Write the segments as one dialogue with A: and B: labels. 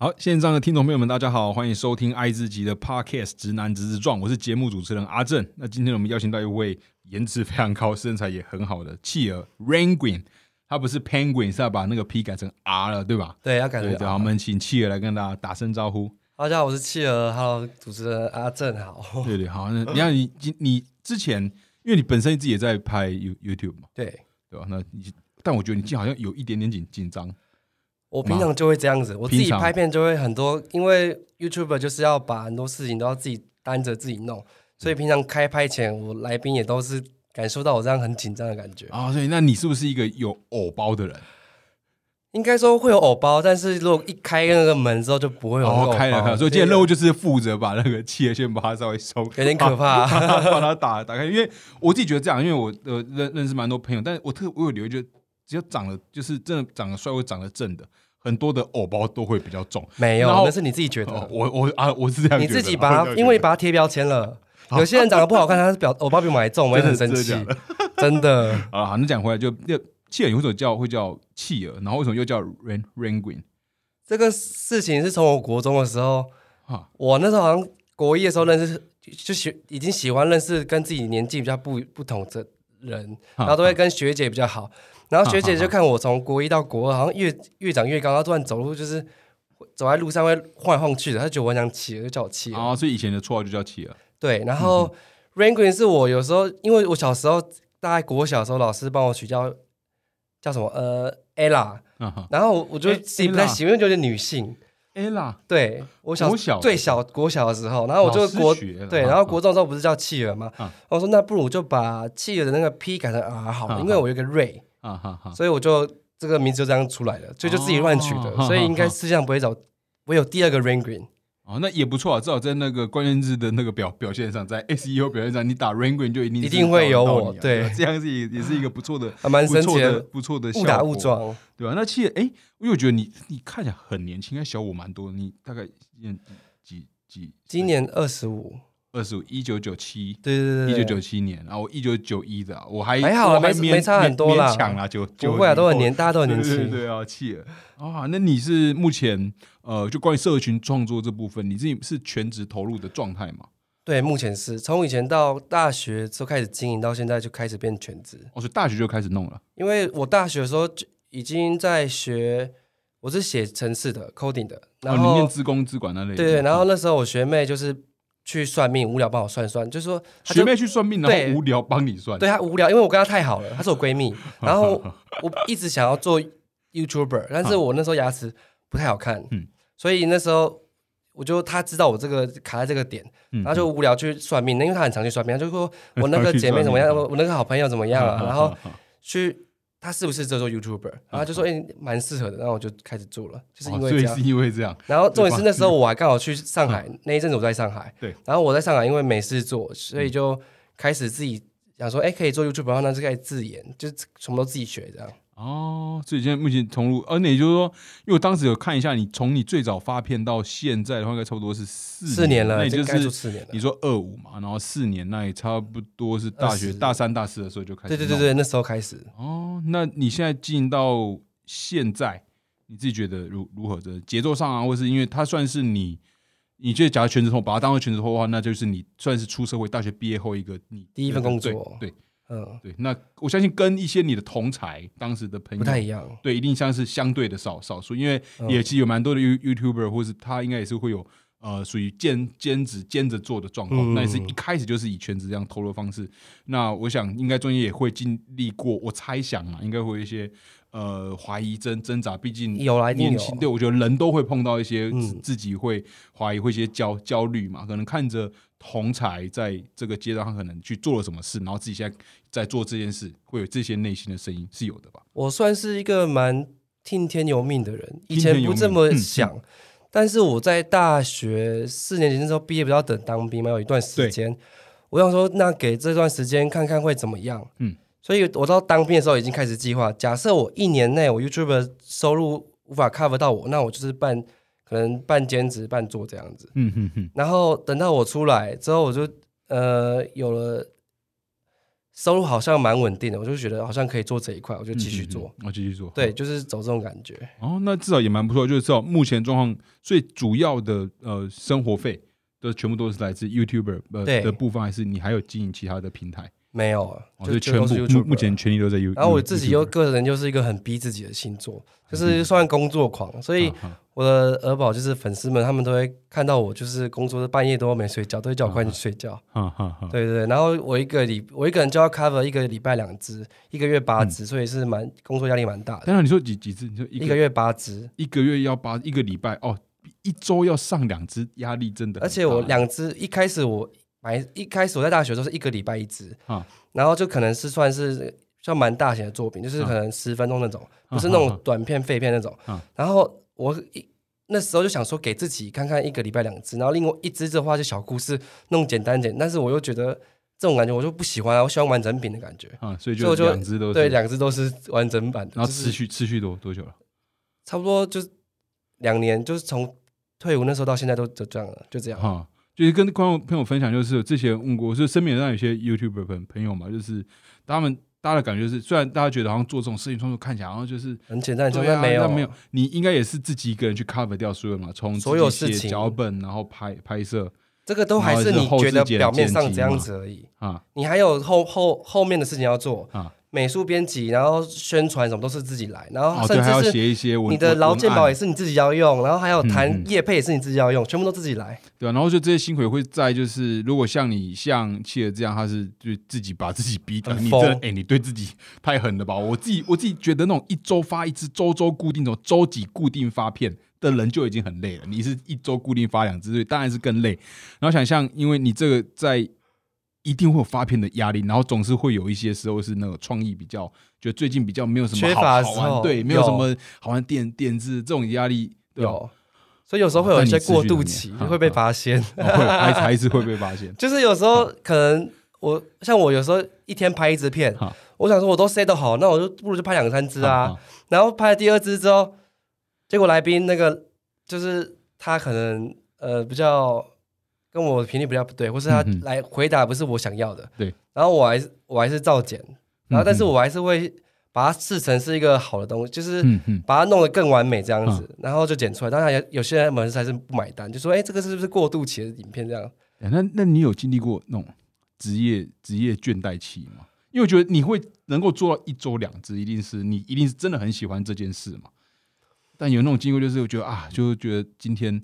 A: 好，线上的听众朋友们，大家好，欢迎收听爱自己的 Podcast《直男直直撞》，我是节目主持人阿正。那今天我们邀请到一位颜值非常高、身材也很好的企鹅 Ranguin，他不是 Penguin，是要把那个 P 改成 R 了，对吧？
B: 对，要感
A: 对
B: 觉
A: 对，好我们请企鹅来跟大家打声招呼。
B: 大家好，我是企鹅，Hello，主持人阿正好。
A: 对对，好，那你看你你你之前，因为你本身自己也在拍 You YouTube 嘛，
B: 对
A: 对吧？那你但我觉得你今天好像有一点点紧紧张，
B: 我平常就会这样子，我自
A: 平
B: 己
A: 常
B: 拍片就会很多，因为 YouTuber 就是要把很多事情都要自己担着自己弄，所以
A: 嗯
B: 平常开拍前，我来宾也都是感受到我这样很紧张的感觉。
A: 啊、所以那你是不是一个有偶包的人？
B: 应该说会有偶包，但是如果一开那个门之后就不会有
A: 然后
B: 偶包。
A: 哦开了开了，所以今天任务就是负责把那个企业先把它稍微收，
B: 有点可怕啊
A: 把它打打开。因为我自己觉得这样，因为我呃认认识蛮多朋友，但是我特我有留意，就只要长得就是真的长得帅或长得正的，很多的偶包都会比较重。
B: 没
A: 然后
B: 有，那是你自己觉
A: 哦
B: 得，
A: 我我啊，我是这样觉得，
B: 你自己 把
A: 我是这样觉
B: 它，
A: 得哦
B: 因为你把它贴标签了。有些人长得不好看，他是表偶包比我们还重，我也很生气
A: 真，
B: 真的。
A: 啊，好那讲回来就那企鹅，你为什么叫会叫企鹅？然后为什么又叫 ran ranguin？
B: 这个事情是从我国中的时候
A: 啊，
B: 我那时候好像国一的时候认识，就就喜已经喜欢认识跟自己年纪比较不不同的人，
A: 啊
B: 然后都会跟学姐比较好。然后学姐
A: 啊
B: 就看我从国一到国二，好像越越长越高，她突然走路就是走在路上会晃来晃去的，她觉得我很想企鹅，就叫我企鹅。
A: 啊，所以以前的绰号就叫企鹅。
B: 对，然
A: 嗯
B: 后 Ranguin 是我有时候，因为我小时候大概国小的时候，老师帮我取叫叫什么呃 Ella，
A: 啊哈
B: 然后我我就
A: 哎
B: 自己不太
A: Ella
B: 喜欢，因为觉得女性。
A: ，ella
B: 对我小
A: 国小
B: 最小国小的时候，然后我就
A: 老师
B: 国
A: 学的
B: 对，
A: 啊
B: 然后国中的时候不是叫企鹅嘛，
A: 啊
B: 我说那不如我就把企鹅的那个 P 改成 R 好
A: 啊
B: 了，因为我有一个 Ray，
A: 啊哈哈，
B: 所以我就这个名字就这样出来了，所以就自己乱取的
A: 哦，
B: 所以应该世界上不会找我有第二个 Rain Green，
A: 哦，那也不错啊，至少在那个关键字的那个表表现上，在 SEO 表现上，你打 Ranguin 就一定
B: 一
A: 一
B: 定会有我对
A: 啊这样子也也是一个不错的、
B: 还蛮
A: 不
B: 神
A: 错
B: 奇
A: 的、
B: 的，
A: 不错的效
B: 误
A: 果
B: 打误，撞。
A: 对吧、那其实，哎、我又觉得你你看起来很年轻，应该小我蛮多，你大概嗯几几几
B: 今年二十五，
A: 二十五，一九九七。
B: 对对
A: 一九
B: 对对，
A: 九七年，然后我一九九一的啊，我还
B: 还好
A: 我
B: 啦
A: 还
B: 没
A: 勉
B: 没差很多啦
A: 勉强啦，九
B: 不会啊，都很年，大家都很年
A: 对对
B: 轻。
A: 对啊，气了啊！那你是目前呃，就关于社群创作这部分，你自己是全职投入的状态吗？
B: 对，目前是从以前到大学就开始经营，到现在就开始变全职。
A: 哦，所以大学就开始弄了。
B: 因为我大学的时候就已经在学，我是写程式的 coding 的，
A: 哦，
B: 然
A: 你
B: 后、
A: 念资工资管那类的。
B: 对对，然
A: 嗯
B: 后那时候我学妹就是去算命，无聊帮我算算，就说她
A: 学
B: 就
A: 妹去算命，然
B: 对
A: 后无聊帮你算。
B: 对她无聊，因为我跟她太好了，她是我 闺蜜，然后我一直想要做 YouTuber，但是我那时候牙齿不太好看，
A: 啊嗯
B: 所以那时候。我就她知道我这个卡在这个点，
A: 嗯，
B: 然后就无聊去算命，那因为她很常去算命，她就说我那 个
A: 去
B: 姐妹
A: 算
B: 怎么样，
A: 命啊
B: 我我那个好朋友怎么 样啊，然后
A: 哦
B: 去他是不是在做 YouTuber，然后他 就说哎、诶蛮适合的，然后我就开始做了，就是因为
A: 哦所
B: 这
A: 以
B: 样
A: 是。因为这样，
B: 然后重点是那时候我还刚好去上海，那一阵子我在上海，
A: 嗯对，嗯
B: 然后我在上海因为没事做，所以就开始自己想说，哎、可以做 YouTube，然后那就开始自研，就什么都自己学这样。
A: 哦，所以现在目前投入，啊而那也就是说，因为我当时有看一下你从你最早发片到现在的话，应该差不多是四
B: 四年了，
A: 那也
B: 已
A: 就
B: 经该出
A: 是
B: 四年了
A: 你。说二五嘛，然后四年，那也差不多是大学
B: 20
A: 大三大四的时候就开始。
B: 对对对。对，那时候开始，
A: 哦，那你现在进到现在，你自己觉得如如何的节奏上啊，或是因为它算是你，你觉得假如全职后把它当做全职后的话，那就是你算是出社会大学毕业后一个你
B: 第一份工作
A: 对对
B: 嗯，
A: 对，那我相信跟一些你的同才当时的朋
B: 不太
A: 友。
B: 一样。
A: 对，一定像是相对的少少数，因为
B: 嗯
A: 也其实有蛮多的 You YouTuber，或是他应该也是会有呃属于兼兼职兼着做的状况。
B: 嗯
A: 那也是一开始就是以全职这样投入的方式。那我想应该中间也会经历过，我猜想嘛，应该会有一些呃怀疑挣挣扎，毕竟
B: 有啦一定有
A: 年轻，对我觉得人都会碰到一些
B: 嗯
A: 自自己会怀疑，会一些焦焦虑嘛，可能看着。同才在这个阶段，他可能去做了什么事，然后自己现在在做这件事，会有这些内心的声音是有的吧？
B: 我算是一个蛮听天由命的人，以
A: 听天由
B: 前
A: 命嗯
B: 不这么想，但是我在大学四年级那时候毕业，不是要等当兵嘛，有一段时间，我想说，那给这段时间看看会怎么样，
A: 嗯
B: 嗯，所以我到当兵的时候已经开始计划，假设我一年内我 YouTube 的收入无法 cover 到我，那我就是办可能半兼职半做这样子，
A: 嗯哼哼。
B: 然后等到我出来之后，我就呃有了收入好像蛮稳定的，我就觉得好像可以做这一块，我就继续做。
A: 嗯，我继续做。
B: 对，就是走这种感觉。
A: 哦，那至少也蛮不错，就是至少目前状况，最主要的呃生活费都全部都是来自 YouTuber 呃
B: 对
A: 的部分，还是你还有经营其他的平台？
B: 没有，啊
A: 哦，
B: 就
A: 就全
B: 都是
A: 部
B: YouTuber
A: 目目前全力都在 You。
B: 然后我自己又个人又是一个很逼自己的星座，就是算工作狂，所
A: 嗯
B: 以我的鹅宝就是粉丝们，他们都会看到我就是工作的半夜都没睡觉，都会
A: 嗯
B: 叫我快点睡觉。
A: 哈哈哈，
B: 对对对，然后我一个礼我一个人就要 cover 一个礼拜两只，一个月八只，所以是蛮工作压力蛮大的。
A: 当然你说几几次？你说嗯一
B: 一
A: 个
B: 个月八只，
A: 一个月要八一个礼拜哦，一周要上两只，压力真的很大。
B: 而且我两只一开始我买一开始我在大学的时候是一个礼拜一只
A: 啊，
B: 然后就可能是算是算蛮大型的作品，就是可能十分钟那种，不是那
A: 啊啊啊
B: 种短片废片那种
A: 啊。
B: 然后我一那时候就想说给自己看看一个礼拜两只，然后另外一只的话就小故事弄简单点，但是我又觉得这种感觉我就不喜欢啊，我喜欢完整品的感觉。
A: 啊，所以
B: 所以
A: 就
B: 我就
A: 两只都是
B: 对，，两只都是完整版的，
A: 然后
B: 就是
A: 持续持续多多久了？
B: 差不多就是两年，就是从退伍那时候到现在都就这样了，就这样。
A: 哈，就是跟观众朋友分享，就是之前问过，就身边上有些 YouTuber 朋朋友嘛，就是他们大家的感觉是，虽然大家觉得好像做这种事情创作看起来好像就是
B: 很简单，就
A: 对啊，
B: 是没有、
A: 那没有，你应该也是自己一个人去 cover 掉所有嘛，从自己
B: 所有事
A: 写
B: 情
A: 脚本，然后拍拍摄
B: 这个都还是你觉得表面上这样子而已，
A: 啊，
B: 你还有后后后面的事情要做
A: 啊
B: 美术编辑，然后宣传什么都是自己来，然
A: 哦
B: 后
A: 对，
B: 甚
A: 还要
B: 至是
A: 写一些文
B: 你的
A: 文
B: 劳健保
A: 案
B: 也是你自己要用，然后还有
A: 嗯
B: 谈
A: 嗯
B: 业配也是你自己要用，全部都自己来。
A: 对啊，然后就这些辛苦也会在，就是如果像你像契儿这样，他是就自己把自己逼的，
B: 很
A: 你真的
B: 疯
A: 哎、你对自己太狠了吧？我自己我自己觉得那种一周发一支，周周固定从周几固定发片的人就已经很累了，你是一周固定发两支，所以当然是更累。然后想象，因为你这个在一定会有发片的压力，然后总是会有一些时候是那个创意比较，就最近比较没有什么
B: 缺
A: 好
B: 乏的
A: 好
B: 时
A: 玩，
B: 候
A: 对，没有什
B: 有
A: 么好玩点点子这种压力，对吧？
B: 有，所以有时候会有一些过渡
A: 但你
B: 期
A: 持续两年
B: 会被发现，
A: 哦会还还是会被发现。
B: 就是有时候可能我像我有时候一天拍一支片
A: 好，
B: 我想说我都 set 得好，那我就不如就拍两三支啊。
A: 好，好
B: 然后拍了第二支之后，结果来宾那个就是他可能呃比较跟我频率比较不对，或是他
A: 嗯哼
B: 来回答不是我想要的，
A: 对，
B: 然后我还是我还是照剪，然后但
A: 嗯
B: 是
A: 哼
B: 我还是会把它视成是一个好的东西，就是
A: 嗯嗯，
B: 把它弄得更完美这样子，然后就剪出来。当然有有些人们还是不买单，就说哎这个是不是过渡期的影片这样？
A: 哎那那你有经历过那种职业职业倦怠期吗？因为我觉得你会能够做到一周两支，一定是你一定是真的很喜欢这件事嘛。但有那种经过，就是我觉得啊，就觉得今天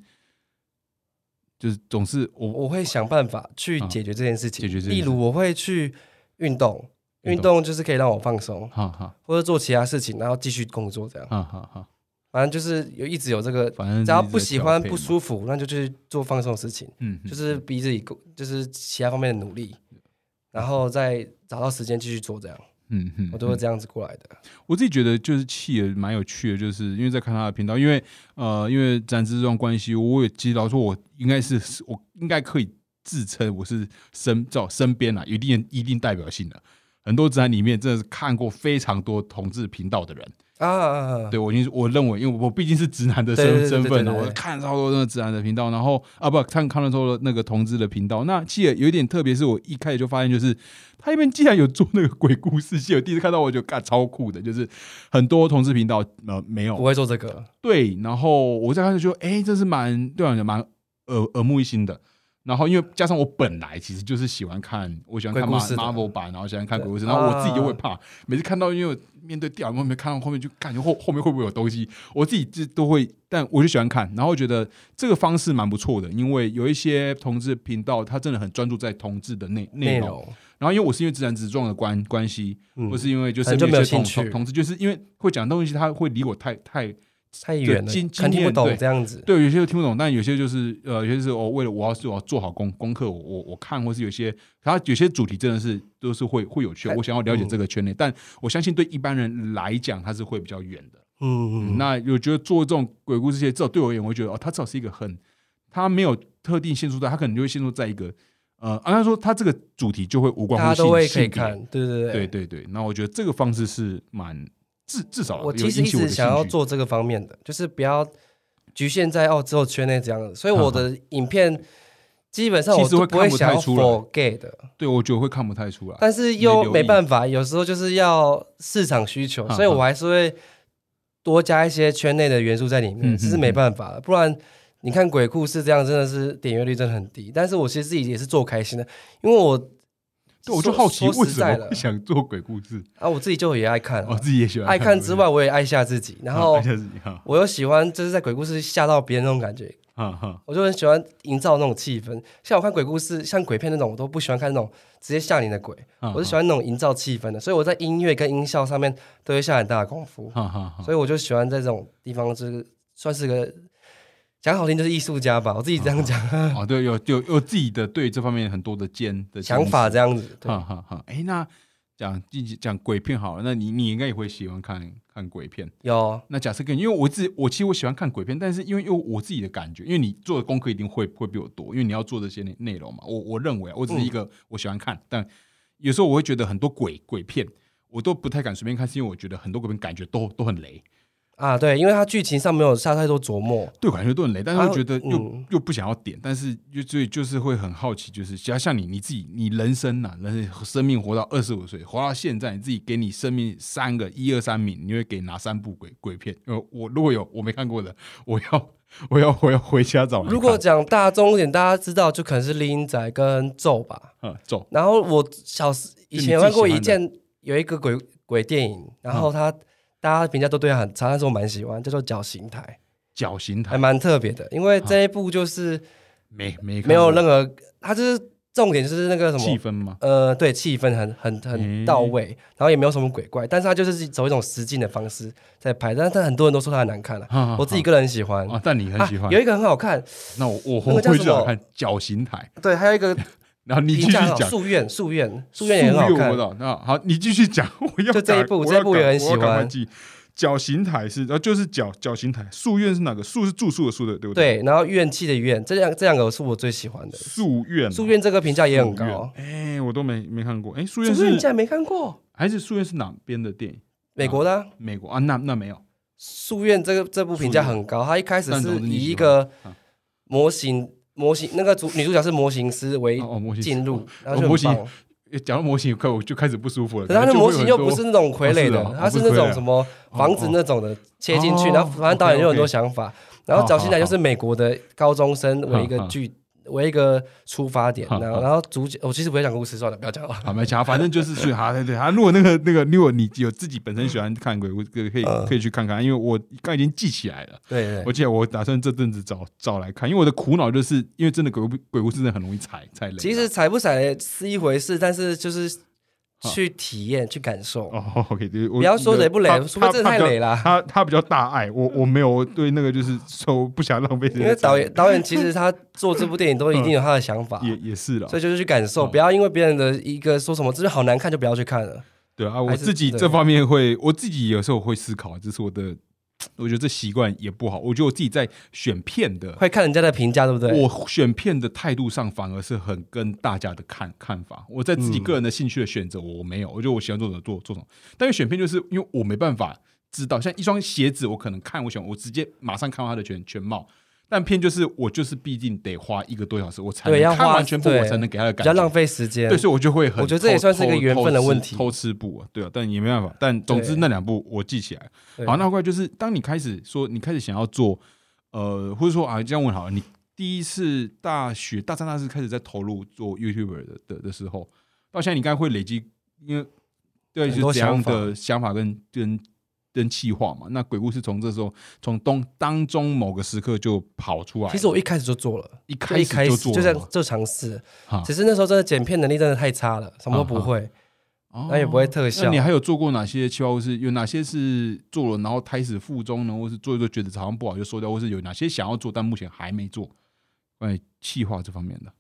A: 就是总是我
B: 我会想办法去解决这件事
A: 啊
B: 情，
A: 解决这件事
B: 例如我会去运动。
A: 运
B: 运
A: 动
B: 动就是可以让我放松，
A: 哈哈
B: 或者做其他事情，然后继续工作这样。
A: 哈哈哈，
B: 反正就是有一直有这个，
A: 反正
B: 只要不喜欢、不
A: 服，
B: 舒服，那就去做放松的事情，
A: 嗯，嗯
B: 就是逼自己够，就是其他方面的努力，然后再找到时间继续做这样，
A: 嗯嗯，
B: 我都是这样子过来的。
A: 我自己觉得就是气也蛮有趣的，就是因为在看他的频道，因为呃，因为展示这种关系，我也知道说，我应该是我应该可以自称我是身叫身边啊，一定一定代表性的。很多直男里面真的是看过非常多同志频道的人，
B: 啊啊，啊
A: 对我已经我认为，因为我毕竟是直男的
B: 对对
A: 身
B: 对
A: 身份
B: 对
A: 啊，
B: 对对
A: 我看超多那个直男的频道，然后啊不看看了之后那个同志的频道，那其实有一点特别，是我一开始就发现，就是他一边既然有做那个鬼故事系，我第一次看到我就干超酷的，就是很多同志频道呃没
B: 不
A: 有
B: 会做这个，
A: 对，然后我再开始就哎、这是蛮对我来讲蛮耳耳目一新的。然后，因为加上我本来其实就是喜欢看，我喜欢看
B: 鬼故
A: Mar-
B: 事的
A: Marvel 版，然后喜欢看鬼故事，
B: 对啊
A: 然后我自己又会怕，每次看到因为我面对电脑后面看到后面就感觉后后面会不会有东西，我自己就都会，但我就喜欢看，然后觉得这个方式蛮不错的，因为有一些同志频道，他真的很专注在同志的内内
B: 内
A: 容。
B: 容
A: 然后，因为我是因为自然直撞的关关系，
B: 嗯
A: 或是因为就
B: 可
A: 身边
B: 能就没有
A: 一些同
B: 兴趣
A: 同同志，就是因为会讲东西，他会离我太太
B: 太远了，
A: 经经
B: 看听不
A: 验
B: 懂
A: 对
B: 这样子。
A: 对，有些就听不懂，但有些就是呃，有些是我、为了我要是我要做好功功课，我我我看，或是有些它有些主题真的是都是会会有趣，
B: 哎
A: 我想要了解这个圈内，但我相信对一般人来讲，它是会比较远的。
B: 嗯嗯，
A: 那我觉得做这种鬼故事些，至少对我而言，我会觉得哦，它至少是一个很，它没有特定限缩在，它可能就会限缩在一个呃，按、他说它这个主题就会无关
B: 大家
A: 乎
B: 都
A: 性
B: 会可以
A: 性别
B: 看，对对
A: 对对对。那我觉得这个方式是蛮至至少
B: 我
A: 有
B: 其实
A: 引
B: 一
A: 起我的
B: 直想
A: 兴
B: 要
A: 趣
B: 做这个方 面的，就是不要局限在哦只有圈内这样子，所以我的影片基本上我
A: 其实会
B: 都不会
A: 看不太
B: 想要
A: 出来
B: for gay 的，
A: 对我觉得会看不太出来。
B: 但是
A: 没
B: 又
A: 啊留
B: 没
A: 意
B: 办法，有时候就是要市场需求，
A: 哈
B: 所以我还是会多加一些圈内的元素在里
A: 嗯
B: 面，这是
A: 嗯
B: 没
A: 嗯
B: 办法的。不然你看鬼故事这样真的是点阅率真的很低，但是我其实自己也是做开心的，因为我
A: 对，我就
B: 说
A: 好奇
B: 说
A: 为
B: 实
A: 什
B: 在
A: 么
B: 的
A: 会想做鬼故 事？
B: 啊，我自己就也爱看
A: 哦
B: 啊、
A: 我自己也喜欢
B: 爱看之
A: 鬼故事，
B: 外，我也爱吓自己，然
A: 啊
B: 后
A: 爱吓自己哈，
B: 我又喜欢就是在鬼故事吓到别人那种感觉，
A: 哈哈，
B: 我就很喜欢营造那种气氛。像我看鬼故事、像鬼片那种，我都不喜欢看那种直接吓你的鬼，
A: 哈
B: 我是喜欢那种营造气氛的。所以我在音乐跟音效上面都会下很大的功夫，
A: 哈哈哈。
B: 所以我就喜欢在这种地方，就是算是个讲好听就是艺术家吧，我自己这样讲、
A: 哦，对，有有有自己的对这方面很多的见的
B: 想法这样子。对
A: 哈哈哈。哎，那讲讲鬼片好了，那你你应该也会喜欢看看鬼片。
B: 有
A: 那假设跟你因为我自我其实我喜欢看鬼片，但是因为有我自己的感觉，因为你做的功课一定会会比我多，因为你要做这些内内容嘛。我我认为啊，我只是一个我喜欢看，但有时候我会觉得很多鬼鬼片我都不太敢随便看，是因为我觉得很多鬼片感觉都都很雷，
B: 啊，对，因为它剧情上没有下太多琢磨。
A: 对，感觉都很雷，但是
B: 啊
A: 我觉得又、
B: 嗯
A: 又不想要点，但是又所以就是会很好奇，就是像像你你自己，你人生呐、人生生命活到二十五岁，活到现在，你自己给你生命三个一二三名，你会给哪三部鬼鬼片？呃，我如果有我没看过的，我要我要我要回家找来看。
B: 如果讲大众一点，大家知道就可能是《丽英仔》跟《咒》吧。
A: 嗯走，
B: 然后我小时以前有看过一件有一个鬼鬼电影，然
A: 嗯
B: 后它大家评价都对它很差，但是我蛮喜欢，叫做《绞刑台
A: 啊绞刑》，台
B: 还蛮特别的，因为这一部就是
A: 没没看
B: 没有
A: 过
B: 任何，它就是重点就是那个什
A: 啊气
B: 么。
A: 氛吗？
B: 呃，对，气氛很很很
A: 诶
B: 到位，然后也没有什么鬼怪，但是它就是走一种实境的方式在拍，但是很多人都说它很难看了、
A: 哈哈
B: 我自己个人喜欢，
A: 啊，但你很喜欢，
B: 啊有一个很好看，
A: 那我我我
B: 那个叫
A: 会
B: 什
A: 去找
B: 么
A: 看《绞刑台》，
B: 对，还有一个
A: 然后 你继
B: 评
A: 续
B: 价哦很好，
A: 讲。
B: 夙愿，夙愿，夙愿也很好
A: 夙愿我
B: 看
A: 知，道那好，你继续讲。 我要
B: 就这一
A: 赶
B: 部
A: 我
B: 这
A: 要
B: 一部也
A: 赶
B: 很喜
A: 我要赶快
B: 欢
A: 记绞刑台是，啊，就是绞绞刑台。夙愿是哪个？夙是住宿的宿的，对不？
B: 对，然后怨气的怨，这两这两个是我最喜欢的。
A: 夙愿，
B: 夙愿这个评价也很
A: 夙愿
B: 高，。
A: 哎，我都没没看过。哎，夙愿
B: 夙愿你竟
A: 是
B: 然没看过？
A: 还是夙愿是哪边的电影？
B: 美国的啊
A: 美国啊？那那没有。
B: 夙愿这个这部评价很高，它一开始
A: 但
B: 是
A: 总之你
B: 以一
A: 喜
B: 个
A: 欢啊
B: 模型模型那个主女主角是模型师为
A: 哦，哦模型
B: 进入，然
A: 哦
B: 后就
A: 模
B: 很
A: 型
B: 棒。
A: 诶哎讲到模型，快我就开始不舒服了。
B: 可是它
A: 感
B: 的
A: 觉
B: 模
A: 就
B: 型
A: 会
B: 又
A: 有
B: 不
A: 很多
B: 是那种傀儡
A: 是
B: 的
A: 哦，
B: 它
A: 哦
B: 是
A: 不是
B: 那
A: 傀儡
B: 种
A: 啊
B: 什么房子那种的切进去，
A: 哦
B: 然后反正导演有很多想法。然后
A: 好
B: 绞刑
A: 好
B: 台就
A: 好
B: 是美国的高中生为一个
A: 好好
B: 剧为一个出发点，
A: 好
B: 然
A: 好
B: 后然后主角我其实不会讲故事，算了，不要讲了。
A: 好，没讲，反正就是 去啊，对对啊。如果那个那个，如果你有自己本身喜欢看鬼故事，可以可
B: 嗯
A: 以去看看，因为我刚已经记起来了。
B: 对对，
A: 我记得我打算这阵子找找来看，因为我的苦恼就是因为真的鬼故鬼故事真的很容易踩踩雷啊。
B: 其实踩不踩雷是一回事，但是就是去体验、去感受。
A: 哦，OK，对我
B: 不要说雷不雷
A: 他
B: 说不定真的太雷啦
A: 他他比较他他比较大爱，我我没有我对那个就是说不想浪费时间。
B: 因为导演导演其实他做这 部电影都一定有他的想法，
A: 也也是了
B: 所，以就是去感受，
A: 嗯
B: 不要因为别人的一个说什么这就好难看就不要去看了。
A: 对啊，我
B: 还是
A: 自己
B: 对
A: 这方面会，我自己有时候会思考，这是我的，我觉得这习惯也不好。我觉得我自己在选片的
B: 会看人家的评价，对不对？
A: 我选片的态度上，反而是很跟大家的看看法。我在自己个人的兴趣的选择，我没有，我觉得我喜欢做什么做做什么。但是选片就是因为我没办法知道，像一双鞋子，我可能看我喜欢，我直接马上看到它的全全貌。但片就是我就是毕竟得花一个多小时，我才
B: 对要
A: 能看
B: 花
A: 完全部，
B: 对
A: 我才能给它的
B: 比
A: 感
B: 较
A: 觉。
B: 浪费时间
A: 对，。所以我就会很偷，
B: 我觉得这也算是一个
A: 偷
B: 缘分的问题
A: 偷吃偷吃步啊，对啊，但也没办法。但总之
B: 对
A: 那两部我记起来。
B: 对
A: 好，那快就是当你开始说你开始想要做，呃，或者说啊这样问好了，你第一次大学大三、大四开始在投入做 YouTuber 的的的时候，到现在你应该会累积，因为对啊
B: 很
A: 就
B: 多
A: 是怎样
B: 想法
A: 的想法跟跟跟气化嘛。那鬼故事从这时候从东当中某个时刻就跑出来了，
B: 其实我一开始就做了，
A: 一
B: 就
A: 开
B: 一
A: 始
B: 开
A: 就
B: 始
A: 做
B: 就这
A: 了
B: 样
A: 嘛，
B: 就尝试
A: 哈，
B: 只是那时候真的剪片能力真的太差了，什么都不会，
A: 哦
B: 那也不会特
A: 那
B: 效
A: 你。还有做过哪些企划，或是有哪些是做了然后开始腹中呢，或是做一做觉得好像不好就收掉，或是有哪些想要做但目前还没做关于企划这方面的？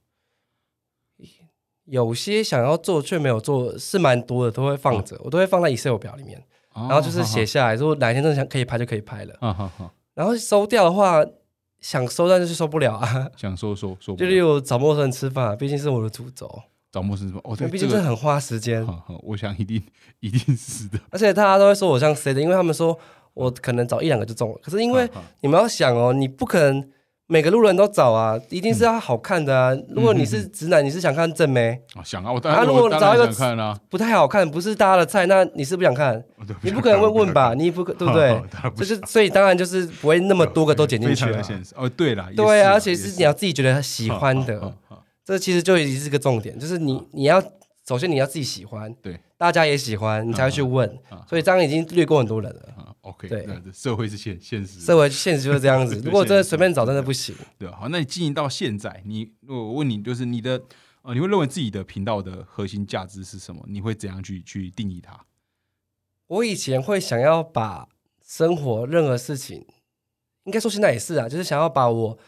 B: 有些想要做却没有做是蛮多的，都会放
A: 哦
B: 着，我都会放在 Excel 表里面。
A: 然
B: 然后就是写，下来，说哪一天真的想可以拍就可以拍了。
A: 哦啊哈哈，
B: 然后收掉的话，想收但是收不了啊，
A: 想说说说不
B: 就
A: 了，
B: 例如找陌生人吃饭啊，毕竟是我的主轴，
A: 找陌生人说哦，
B: 因
A: 对，
B: 为毕竟
A: 这
B: 这
A: 个
B: 很花时间，
A: 哈哈，我想一定 一定是的，
B: 而且大家都会说我像谁的，因为他们说我可能找一两个就中了。可是因为
A: 哈哈
B: 你们要想哦，你不可能每个路人都找啊，一定是他好看的啊。如果你
A: 嗯
B: 是直男，你是想看正妹，
A: 啊想啊，我当
B: 啊
A: 然
B: 如果
A: 我当然
B: 找一个
A: 想看啊，
B: 不太好看，不是大家的菜，那你是不想看？
A: 哦对
B: 你
A: 想
B: 不可
A: 看
B: 能会
A: 我
B: 问
A: 想
B: 吧？
A: 看
B: 你不可对 不对
A: 当然？不
B: 就是所以当然就是不会那么多个都剪进
A: 非
B: 去
A: 常
B: 啊
A: 的。现实哦，对啦，也
B: 对
A: 啦
B: 啊，而且
A: 也
B: 是你要自己觉得喜欢
A: 啊
B: 的，
A: 啊啊啊
B: 这其实就已经是个重点，就是
A: 嗯
B: 你你要首先你要自己喜欢，
A: 对，
B: 大家也喜欢，你才会去问
A: 啊啊。
B: 所以这样已经略过很多人了。
A: 啊，OK，
B: 对
A: 那社会是现现实的，
B: 社会现实就是这样子
A: 对，
B: 如果真的随便找，
A: 现
B: 真
A: 实
B: 的不行。
A: 对啊，好，那你经营到现在，你如果我问你，就是你的呃，你会认为自己的频道的核心价值是什么？你会怎样去去定义它？
B: 我以前会想要把生活任何事情，应该说现在也是啊，就是想要把我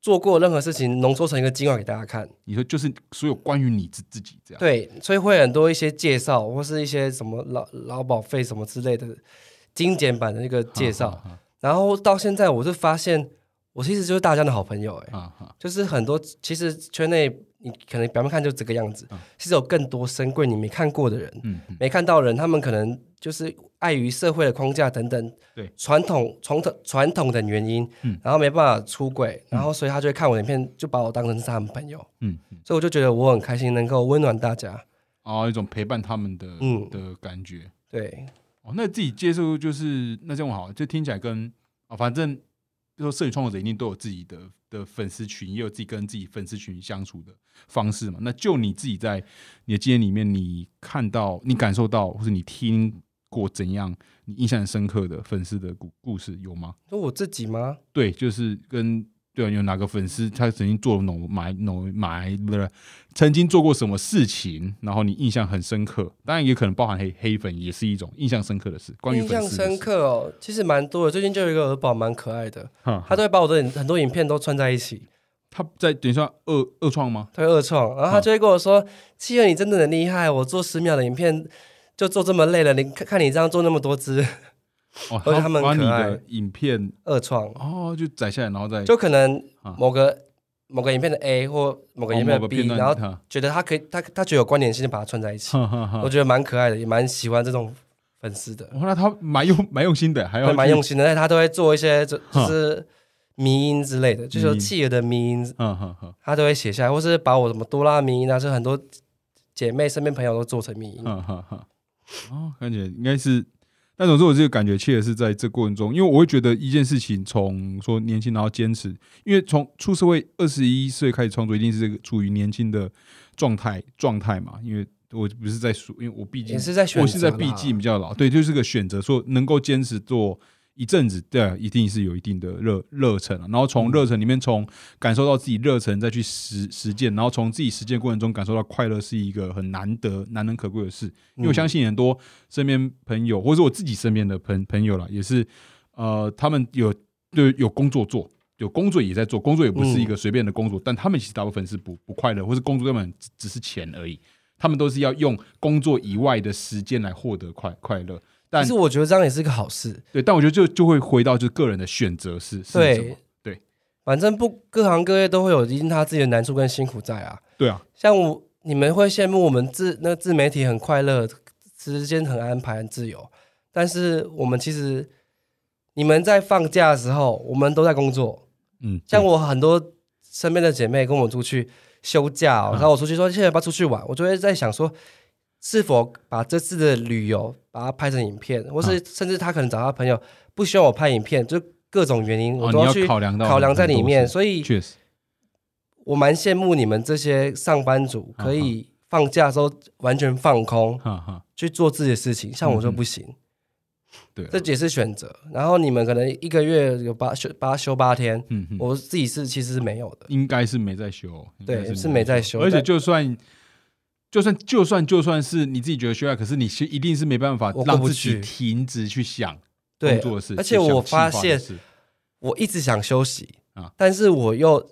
B: 做过任何事情浓缩成一个精华给大家看。
A: 你说就是所有关于你自自己这样，
B: 对，所以会很多一些介绍，或是一些什么劳劳保费什么之类的精简版的那个介绍。
A: 啊
B: 然后到现在，我就发现我其实就是大家的好朋友、欸，
A: 啊啊
B: 就是很多其实圈内你可能表面看就这个样子，其实有更多深贵你没看过的人，
A: 嗯嗯
B: 没看到的人，他们可能就是碍于社会的框架等等，
A: 对
B: 传统传统传统的原因，
A: 嗯
B: 然后没办法出轨，然后所以他就会看我的影片，就把我当成是他们朋友，
A: 嗯嗯，
B: 所以我就觉得我很开心能够温暖大家，
A: 哦，一种陪伴他们的
B: 嗯
A: 的感觉。
B: 对，
A: 哦，那自己接受就是那这样好，就听起来跟啊、反正就说摄影创作者一定都有自己的的粉丝群，也有自己跟自己粉丝群相处的方式嘛。那就你自己在你的经验里面，你看到、你感受到，或者你听过怎样你印象很深刻的粉丝的故故事有吗？
B: 说我自己吗？
A: 对，就是跟对啊，有哪个粉丝他曾经做某买某买不是曾经做过什么事情，然后你印象很深刻。当然也可能包含黑黑粉，也是一种印象深刻的事。关于
B: 印
A: 粉
B: 象
A: 丝的
B: 深
A: 事，
B: 刻哦，其实蛮多的。最近就有一个鹅宝蛮可爱的，
A: 哈
B: 他都会把我的影很多影片都串在一起，
A: 他在等于说恶恶创吗？
B: 他会二创，然后他就会跟我说：“七月你真的很厉害，我做十秒的影片就做这么累了，你看看你这样做那么多支
A: 哦，
B: 而且他们
A: 把
B: 很
A: 你
B: 可
A: 的影片
B: 二创，
A: 哦就载下来，然后再
B: 就可能
A: 啊
B: 某个某个影片的 A 或某个
A: 哦
B: 影
A: 某个
B: 片的
A: 片
B: B，
A: 段，
B: 然后
A: 哈
B: 觉得他可以，他他觉得有关联性，就把它串在一 起。
A: 哈哈哈哦
B: 我觉得蛮可爱的，也蛮喜欢这种粉丝的，
A: 哇，那他蛮用蛮用心的，还要
B: 蛮
A: 去
B: 用，心的。但是他都会做一些就
A: 哈
B: 就是迷音之类的，就是有
A: 迷因
B: 企鹅的迷音
A: 嗯哼哼
B: 他都会写下来，或是把我什么多拉迷音啊，是很多姐妹身边朋友都做成迷音。
A: 哼哼哼， 哦，感觉应该是。但总之，我这个感觉确实是在这过程中，因为我会觉得一件事情从说年轻，然后坚持，因为从出社会二十一岁开始创作，一定是这个处于年轻的状态状态嘛。因为我不是在说，因为我毕竟
B: 也是在选择啦
A: 我现在毕竟比较老，对，就是个选择，说能够坚持做一阵子，对啊，一定是有一定的热热忱啊。然后
B: 嗯
A: 从热忱里面，从感受到自己热忱，再去实实践，然后从自己实践过程中感受到快乐，是一个很难得、难能可贵的事。因为
B: 嗯
A: 我相信很多身边朋友，或者是我自己身边的朋朋友啦，也是呃，他们有就有工作做。有工作也在做，工作也不是一
B: 嗯
A: 个随便的工作，但他们其实大部分是不不快乐，或是工作根本只只是钱而已。他们都是要用工作以外的时间来获得快快乐。但
B: 其实我觉得这样也是个好事。
A: 对，但我觉得就就会回到就是个人的选择是是什么
B: 对？
A: 对
B: 反正不各行各业都会有一定他自己的难处跟辛苦在啊。
A: 对啊，
B: 像我你们会羡慕我们自那个自媒体很快乐，时间很安排很自由，但是我们其实你们在放假的时候，我们都在工作。
A: 嗯，
B: 像
A: 我
B: 我很多身边的姐妹跟我出去休假、哦，
A: 嗯
B: 然后我出去说现在要不要出去玩，我就会在想说，是否把这次的旅游把它拍成影片，或
A: 嗯
B: 是甚至他可能找他朋友不希望我拍影片，就各种原因，我
A: 哦，
B: 都
A: 你要
B: 去
A: 考量到
B: 考量在里面。
A: 很多
B: 所以
A: 事确实，
B: 我蛮羡慕你们这些上班族
A: 嗯
B: 可以放假的时候完全放空
A: 哈哈，
B: 去做自己的事情，像我就不行，
A: 嗯对啊，
B: 这也是选择。然后你们可能一个月有八休八休八天，
A: 嗯嗯，
B: 我自己是其实是没有的。
A: 应该是没在修，哦应该
B: 对，是没在休，
A: 而且
B: 但
A: 就算。就算就算就算是你自己觉得需要，可是你是一定是没办法
B: 我过
A: 让
B: 不
A: 自己
B: 去
A: 停止去想工
B: 对
A: 作的事，
B: 而
A: 去
B: 且
A: 想
B: 我
A: 计划
B: 发
A: 的
B: 现
A: 事
B: 我一直想休息
A: 啊
B: 但是我又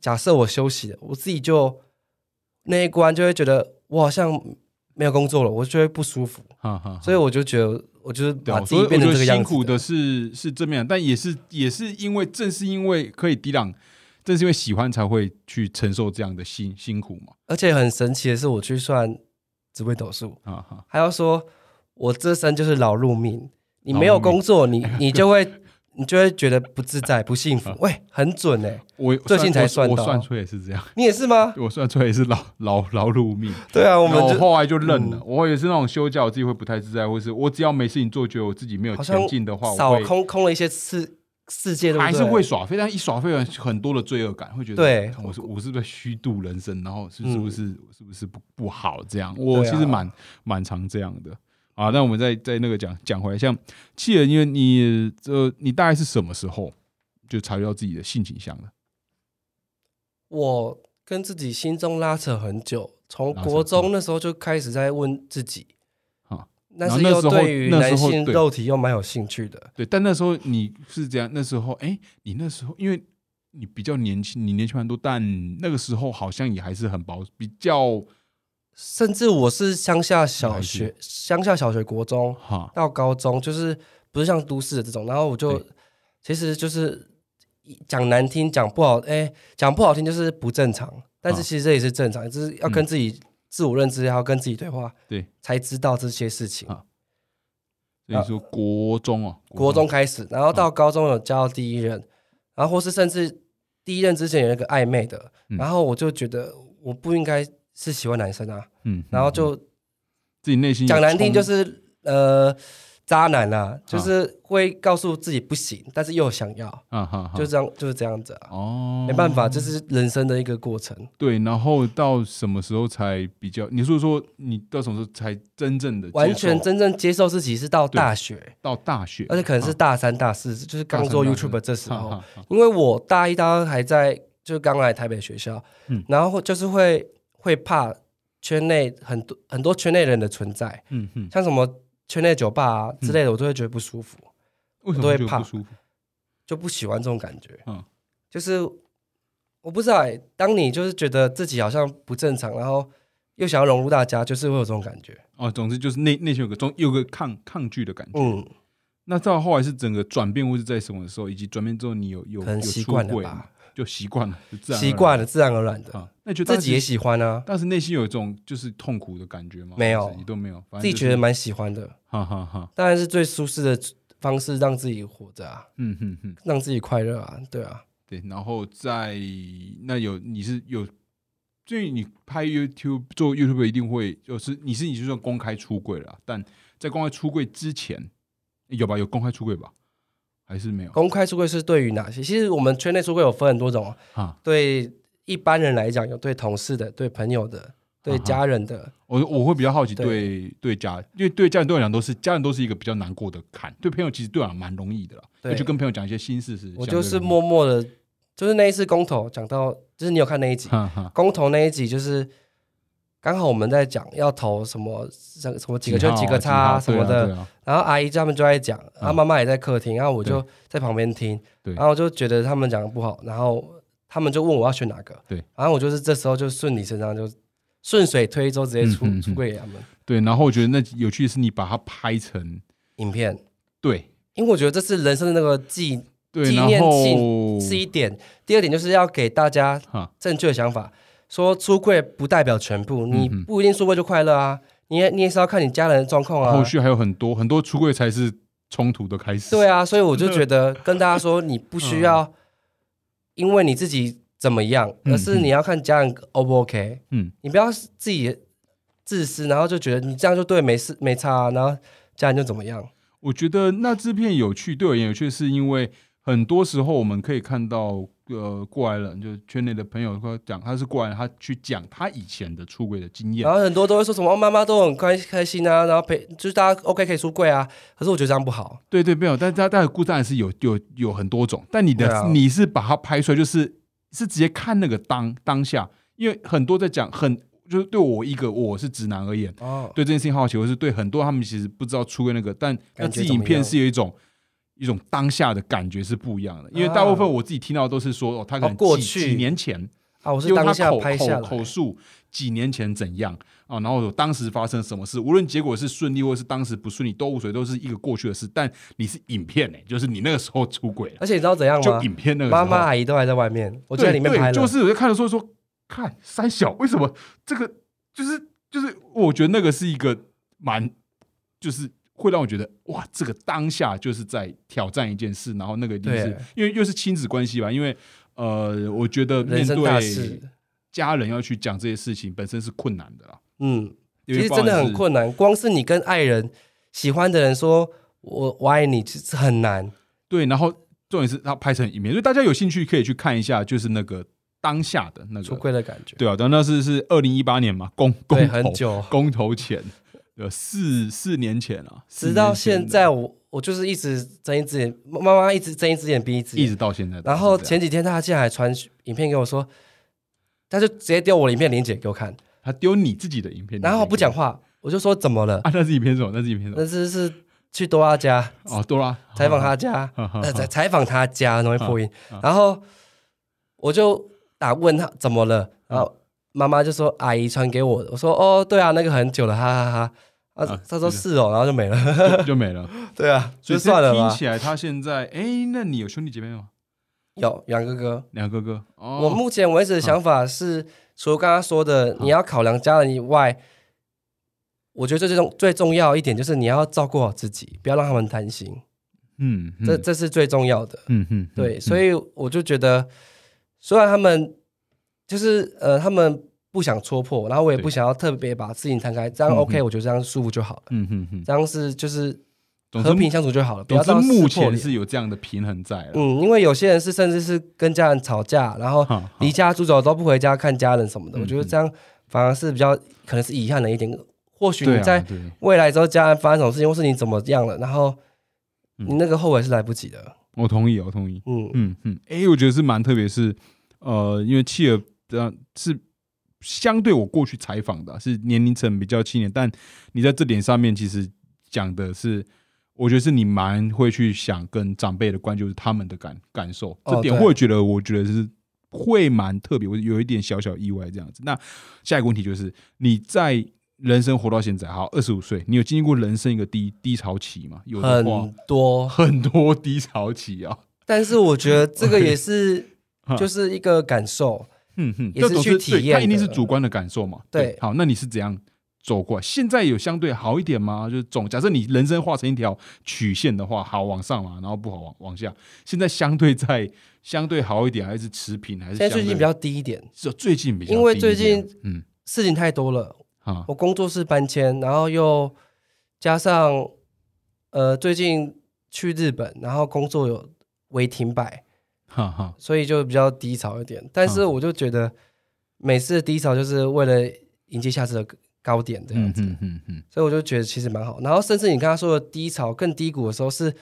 B: 假设我休息了，我自己就那一关就会觉得我好像没有工作了，我就会不舒服，
A: 哈哈，哈
B: 所以我就觉得我就是
A: 啊对
B: 把
A: 啊，
B: 自
A: 所以我
B: 己
A: 觉
B: 变成
A: 得
B: 这个
A: 辛
B: 样子
A: 苦的是是正面，但也是也是因为正是因为可以抵挡，正是因为喜欢才会去承受这样的辛辛苦嘛。
B: 而且很神奇的是，我去算紫微斗数，
A: 啊哈，
B: 还要说我这生就是劳碌命，你
A: 劳
B: 没有
A: 碌命
B: 工作，你你就会你就会觉得不自在、不幸福。喂，很准哎，
A: 我
B: 最近才算
A: 我
B: 到
A: 算出来也是这样，
B: 你也是吗？
A: 我算出来也是劳劳劳碌命。
B: 对啊，我
A: 我
B: 们
A: 我
B: 就嗯
A: 后来就认了，我也是那种休假，我自己会不太自在，或是我只要没事情做，觉得我自己没有
B: 好像
A: 前进的话，我
B: 扫
A: 会
B: 空空了一些世世界，对不对
A: 还是会耍废，但一耍废有很多的罪恶感，会觉得
B: 对
A: 看我是我是不是在虚度人生，然后是
B: 嗯
A: 是不是、是不是不不好这样？我
B: 对啊
A: 其实蛮蛮常这样的啊。那我们再再那个讲讲回来，像气人，因为你呃，你大概是什么时候就察觉到自己的性倾向了？
B: 我跟自己心中拉扯很久，从
A: 拉扯
B: 国中那时候就开始在问自己
A: 啊，
B: 但
A: 然后
B: 是
A: 那
B: 又
A: 时候
B: 对于
A: 那时
B: 男
A: 候
B: 性
A: 对
B: 肉体又蛮有兴趣的，
A: 对，但那时候你是这样，那时候哎、你那时候因为你比较年轻，你年轻蛮多，但那个时候好像也还是很保，比较
B: 甚至我是乡下
A: 女孩
B: 小
A: 子
B: 学、乡下小学、国中
A: 哈
B: 到高中，就是不是像都市的这种，然后我就
A: 对
B: 其实就是讲难听，讲不好，哎，讲不好听就是不正常，但
A: 啊嗯
B: 是其实这也是正常，就是要跟自己自我认知，还要跟自己对话，
A: 对，
B: 才知道这些事情
A: 啊。所以说国中哦、
B: 国中开始，然后
A: 嗯
B: 到高中有交到第一任，然后或是甚至第一任之前有一个暧昧的，
A: 嗯
B: 然后我就觉得我不应该是喜欢男生啊，
A: 嗯，
B: 然后
A: 嗯
B: 就
A: 自己内心有
B: 讲难
A: 嗯冲
B: 听
A: 啊
B: 就是呃渣男啦、就是会告诉自己不行，但是又想要，
A: 啊哈哈，
B: 就这样就是这样子啊，
A: 哦，嗯
B: 没办法，这是人生的一个过程。
A: 对。然后到什么时候才比较？你是说你到什么时候才真正的接受
B: 完全真正接受自己是到
A: 对
B: 大学，
A: 到大学？啊
B: 而且可能是大三、大四，就是刚做 YouTube 这时候，
A: 哈哈
B: 因为我大一、大二还在，就是刚来台北学校，
A: 嗯
B: 然后就是会会怕圈内很多很多圈内人的存在，
A: 嗯哼，
B: 像什么圈内酒吧啊
A: 嗯
B: 之类的，我都会觉得不舒服，
A: 为什么
B: 都会
A: 会觉得
B: 怕
A: 不舒服？
B: 就不喜欢这种感觉。
A: 嗯
B: 就是我不知道、欸，当你就是觉得自己好像不正常，然后又想要融入大家，就是会有这种感觉。
A: 哦，总之就是内内心有个中有个抗抗拒的感觉。
B: 嗯，
A: 那到后来是整个转变，或是在什么时候，以及转变之后，你有有
B: 可能
A: 有
B: 习
A: 出
B: 惯了
A: 柜
B: 吧
A: 吗，就习惯了，就自然而
B: 习
A: 然
B: 惯了，自然而然的，
A: 啊。那就
B: 自己也喜欢啊，
A: 当时内心有一种就是痛苦的感觉吗？
B: 没有
A: 还是你都没有，反正
B: 自己
A: 就
B: 觉得
A: 是
B: 蛮喜欢的，
A: 哈哈哈，
B: 当然是最舒适的方式让自己活着啊。
A: 嗯哼哼。
B: 让自己快乐啊，对啊，
A: 对，然后在那有你是有，所以你拍 YouTube 做 YouTube 一定会就是你是你就算公开出柜了啊，但在公开出柜之前有吧？有公开出柜吧？还是没有？
B: 公开出柜是对于哪些？其实我们圈内出柜有分很多种啊，
A: 啊，
B: 对一般人来讲，有对同事的，对朋友的，
A: 啊
B: 对家人的，
A: 我我会比较好奇
B: 对
A: 对对家，因为对家人对我来讲都是家人都是一个比较难过的坎，对朋友其实对我来讲蛮容易的啦，
B: 对
A: 那就跟朋友讲一些心事是，
B: 我就是，默默的，就是那一次公投讲到，就是你有看那一集
A: 哈哈，
B: 公投那一集，就是刚好我们在讲要投什么什什么几个
A: 号
B: 圈
A: 啊
B: 几个叉啊什
A: 对啊
B: 么
A: 对
B: 的，
A: 啊
B: 然后阿姨他们就在讲，然后妈妈也在客厅，然后我就在旁边听，
A: 对
B: 然后我就觉得他们讲的不好，然后他们就问我要选哪个，
A: 对，
B: 然后我就是这时候就顺理成章就顺水推舟直接出
A: 嗯嗯嗯
B: 出柜给他们
A: 对，然后我觉得那有趣的是你把它拍成
B: 影片，
A: 对
B: 因为我觉得这是人生的那个记
A: 对，
B: 纪
A: 然
B: 念
A: 后
B: 是一点，第二点就是要给大家
A: 哈。
B: 正确的想法，说出柜不代表全部，你
A: 嗯嗯
B: 不一定出柜就快乐啊，你也你也是要看你家人的状况
A: 后
B: 啊。
A: 续还有很多很多出柜才是冲突的开始。
B: 对啊，所以我就觉得跟大家说，你不需要因为你自己怎么样，
A: 嗯
B: 而是你要看家人 O 不 OK。
A: 嗯，
B: 你不要自己自私，然后就觉得你这样就对，没事没差、啊，然后家人就怎么样。
A: 我觉得那支片有趣，对我而言有趣，是因为很多时候我们可以看到，呃，过来人就是圈内的朋友会讲他是过来人，他去讲他以前的出柜的经验
B: 然。后很多都会说什么、哦、妈妈都很开开心啊，然后陪就是大家 OK 可以出柜啊，可是我觉得这样不好。
A: 对对，没有，但是他他的故障是有有有很多种，但你的、
B: 对啊
A: 你是把它拍出来，就是是直接看那个当当下，因为很多在讲很就是对我一个我是直男而言，
B: 哦，
A: 对这件事情好奇，或是对很多他们其实不知道出柜那个，但那
B: 感觉
A: 自己
B: 怎么
A: 影片
B: 样
A: 是有一种一种当下的感觉是不一样的，因为
B: 啊
A: 大部分我自己听到都是说哦，他可能
B: 哦过
A: 几
B: 去
A: 几年前，
B: 啊，我是
A: 用他
B: 当下
A: 口
B: 拍下
A: 口
B: 来
A: 口，述几年前怎样啊，然后有当时发生什么事，无论结果是顺利或是当时不顺利都无所谓，都是一个过去的事。但你是影片呢、欸就是你那个时候出轨了，
B: 而且你知道怎样吗
A: 就？影片那个时
B: 妈
A: 候
B: 妈阿姨都还在外面，我就在
A: 对
B: 里面拍了，
A: 对，就是我在看的时候说，看三小为什么这个就是就是，我觉得那个是一个蛮就是会让我觉得哇，这个当下就是在挑战一件事，然后那个一定是
B: 对
A: 因为又是亲子关系吧，因为呃，我觉得面
B: 人生大
A: 对
B: 事，
A: 家人要去讲这些事情本身是困难的啦，
B: 嗯，
A: 因为
B: 其实
A: 包
B: 真的
A: 含
B: 很
A: 是
B: 困难。光是你跟爱人、喜欢的人说“我我爱你”，其实很难。
A: 对，然后重点是他拍成影片，所以大家有兴趣可以去看一下，就是那个当下的那
B: 出
A: 个，
B: 柜的感觉，
A: 对啊，但那是是二零一八年嘛，公
B: 对，
A: 公
B: 很
A: 投
B: 久，
A: 公投前，呃，四四年前啊，四
B: 直到
A: 年前
B: 现在我我就是一直睁一只眼，妈妈一直睁一只眼闭一只
A: 一
B: 眼。
A: 直到现在都是这样，
B: 然后前几天她竟然还传影片给我说，她就直接丢我的影片链接给我看，
A: 他丢你自己的影片，
B: 然后不讲话，我就说怎么了？
A: 啊，那是影片什么？那是影片什么？
B: 那是是去多拉家
A: 哦，多 啦，
B: 采访他家，
A: 好好
B: 呃，采采访他家，
A: 哦
B: 容易破音。然后我就打问他怎么了，然后妈妈就说阿姨传给我的，我说哦，对啊，那个很久了，哈哈哈。啊
A: 啊，
B: 他说是哦，然后就没了。
A: 就就没了，
B: 对啊，
A: 所
B: 就
A: 以
B: 算了
A: 听
B: 吧。
A: 起来他现在，哎，那你有兄弟姐妹吗？
B: 有杨哥哥，
A: 两个哥哥，
B: 我
A: 哦，啊
B: 目前为止的想法是，除了刚刚说的你要考量家人以外，我觉得最重最重要一点就是你要照顾好自己，不要让他们担心，
A: 嗯，嗯
B: 这这是最重要的。
A: 嗯嗯，
B: 对，所
A: 以
B: 以我就觉得，虽然他们就是呃，他们不想戳破，然后我也
A: 对
B: 不想要特别把事情摊开，这样
A: 嗯
B: OK，我觉得这样舒服就好了，
A: 嗯嗯嗯，
B: 这样是就是
A: 总之
B: 和平相处就好了，不
A: 总
B: 要
A: 之
B: 到撕
A: 目
B: 破
A: 前
B: 脸
A: 是有这样的平衡在了，
B: 嗯，因为有些人是甚至是跟家人吵架，然后
A: 哈
B: 离家出走都不回家看家人什么
A: 嗯
B: 的，我觉得
A: 嗯
B: 这样反而是比较可能是遗憾的一点。或许
A: 对
B: 你
A: 啊，
B: 在
A: 对
B: 未来之后家人发生什么事情，或是你怎么样了，然后你
A: 嗯
B: 那个后悔是来不及的。
A: 我同意，我同意，
B: 嗯，
A: 嗯嗯，哎，我觉得是蛮特别，是呃，因为契尔呃是相对我过去采访的啊是年龄层比较青年，但你在这点上面其实讲的是。我觉得是你蛮会去想跟长辈的关系，就是他们的感感受，
B: 哦
A: 这点
B: 对
A: 会觉得我觉得是会蛮特别，我有一点小小意外这样子。那下一个问题就是你在人生活到现在，好二十五岁，你有经历过人生一个低低潮期吗？有的话，
B: 很多，
A: 很多低潮期啊、
B: 但是我觉得 这个也是
A: 哈
B: 就是一个感受。
A: 嗯哼，
B: 也是
A: 这总
B: 去体
A: 对
B: 验
A: 它一定是
B: 的
A: 主观的感受嘛。
B: 对
A: 好，那你是怎样走过来？现在有相对好一点吗？就是总假设你人生画成一条曲线的话，好往上嘛，然后不好往往下。现在相对在相对好一点，还是持平？还是
B: 现在最近
A: 相对
B: 比较低一点，
A: 是最近比较低一点，
B: 因为最近
A: 嗯
B: 事情太多了，
A: 啊
B: 我工作室搬迁，然后又加上呃最近去日本，然后工作有微停摆，
A: 哈哈
B: 所以就比较低潮一点。但是
A: 嗯
B: 我就觉得每次的低潮就是为了迎接下次的高点这样
A: 嗯
B: 子，
A: 嗯嗯嗯
B: 所以我就觉得其实蛮好。然后甚至你刚刚说的低潮更低谷的时候是，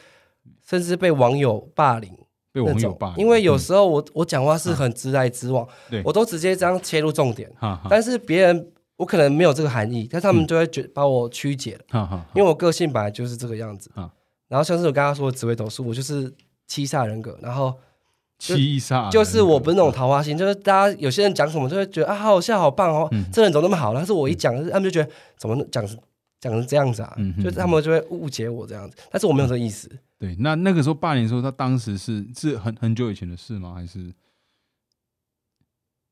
B: 甚至被网友霸凌。
A: 被
B: 那
A: 网友
B: 种，
A: 霸凌，
B: 因为有
A: 嗯
B: 时候我我讲话是很直来直往，
A: 对啊
B: 我都直接这样切入重点，
A: 哈哈
B: 但是别人我可能没有这个含义，但
A: 嗯
B: 他们就会觉把我曲解了，
A: 哈哈，
B: 因为我个性本来就是这个样子
A: 啊。
B: 然后像是我刚刚说的紫微斗数，我就是七煞人格，然后
A: 七煞
B: 就是我不是那
A: 啊
B: 种
A: 人格
B: 桃花心，就是大家有些人讲什么就会觉得啊好好笑好棒哦，
A: 嗯
B: 这人怎么那么好？但是我一讲，他们就觉得怎么讲讲成这样子啊
A: 嗯，哼
B: 就是他们就会误解我这样子，但是我没有这个意思。
A: 对。那那个时候霸凌的时候，他当时是是很很久以前的事吗？还是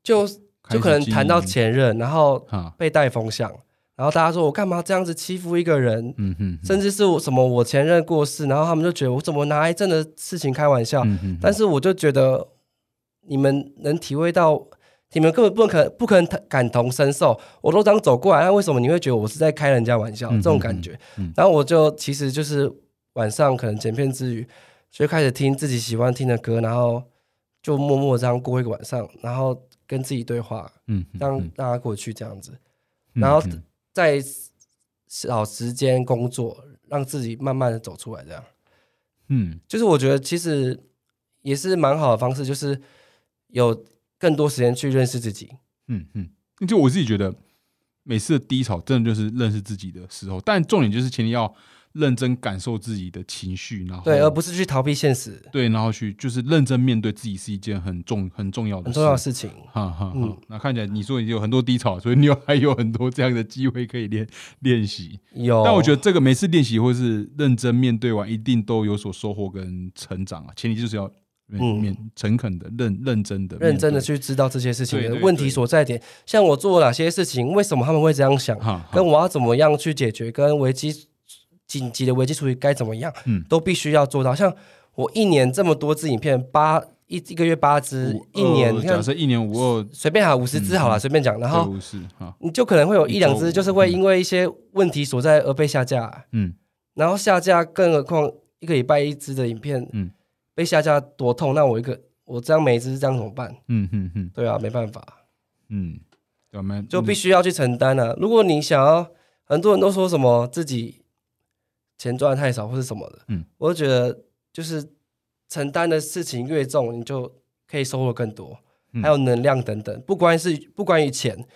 B: 就就可能谈到
A: 开始经
B: 前任，然后
A: 营哈？
B: 被带风向，然后大家说我干嘛这样子欺负一个人，
A: 嗯哼，
B: 甚至是我什么我前任过世，然后他们就觉得我怎么拿癌症的事情开玩笑，
A: 嗯哼
B: 啊但是我就觉得你们能体会到。你们根本不可不可能感同身受，我都这样走过来，那为什么你会觉得我是在开人家玩笑？
A: 嗯
B: 这种感觉
A: 嗯嗯嗯。
B: 然后我就其实就是晚上可能剪片之余，就开始听自己喜欢听的歌，然后就默默这样过一个晚上，然后跟自己对话，
A: 嗯哼
B: 让
A: 嗯
B: 大家过去这样子，
A: 哼
B: 然后
A: 嗯哼
B: 在少时间工作，让自己慢慢的走出来。这样，
A: 嗯
B: 就是我觉得其实也是蛮好的方式，就是有更多时间去认识自己。
A: 嗯嗯，就我自己觉得，每次的低潮真的就是认识自己的时候，但重点就是前提要认真感受自己的情绪，然后
B: 对，而不是去逃避现实，
A: 对然后去就是认真面对自己是一件很重很重要的
B: 很
A: 事
B: 重要的事情。
A: 哈哈哈，
B: 嗯
A: 那看起来你说你有很多低潮，所以你有还有很多这样的机会可以练练习。
B: 有，
A: 但我觉
B: 得
A: 得这个每次练习或是认真面对完，一定都有所收获跟成长啊。前提就是要面、
B: 嗯
A: 面诚恳的、认认真的、
B: 认真的
A: 面
B: 去知道这些事
A: 嗯
B: 情
A: 对
B: 的
A: 对
B: 问
A: 对
B: 题所在点，像我做了哪些事情，为什么他们会这样想
A: 对，哈哈
B: 跟我要怎么样去解决，跟危机紧急的危机处理该怎么样，
A: 嗯
B: 都必须要做到。像我一年这么多支影片，八一一个月八支，一年
A: 五
B: 你
A: 二假
B: 看
A: 设嗯一年五二
B: 随便好五十支好了，随便讲，然
A: 对
B: 后
A: 五四啊，
B: 你就可能会有一两
A: 一周
B: 支就是会因为一些问题所在而被下架。
A: 嗯，
B: 然后下架，更何况一个礼拜一支的影片，
A: 嗯
B: 被下架多痛，那我一个我这样每一支这样怎么办？
A: 嗯嗯嗯
B: 对啊，没办法，
A: 嗯，对我们
B: 就必须要去承担啊。如果你想要，很多人都说什么自己钱赚的太少或是什么的，
A: 嗯
B: 我就觉得就是承担的事情越重，你就可以收获更多，
A: 嗯
B: 还有能量等等，不关是不关于钱。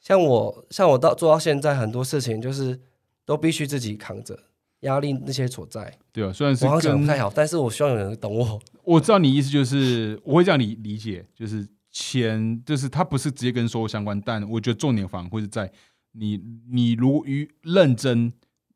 B: 像我，像我到做到现在，很多事情就是都必须自己扛着压力那些所在。
A: 对啊，虽然是
B: 我好像讲得
A: 跟
B: 不太好，但是我希望有人懂我。
A: 我知道你意思就是，我会这样理理解，就是钱，就是它不是直接跟收入相关，但我觉得重点反而会是在你你如于认真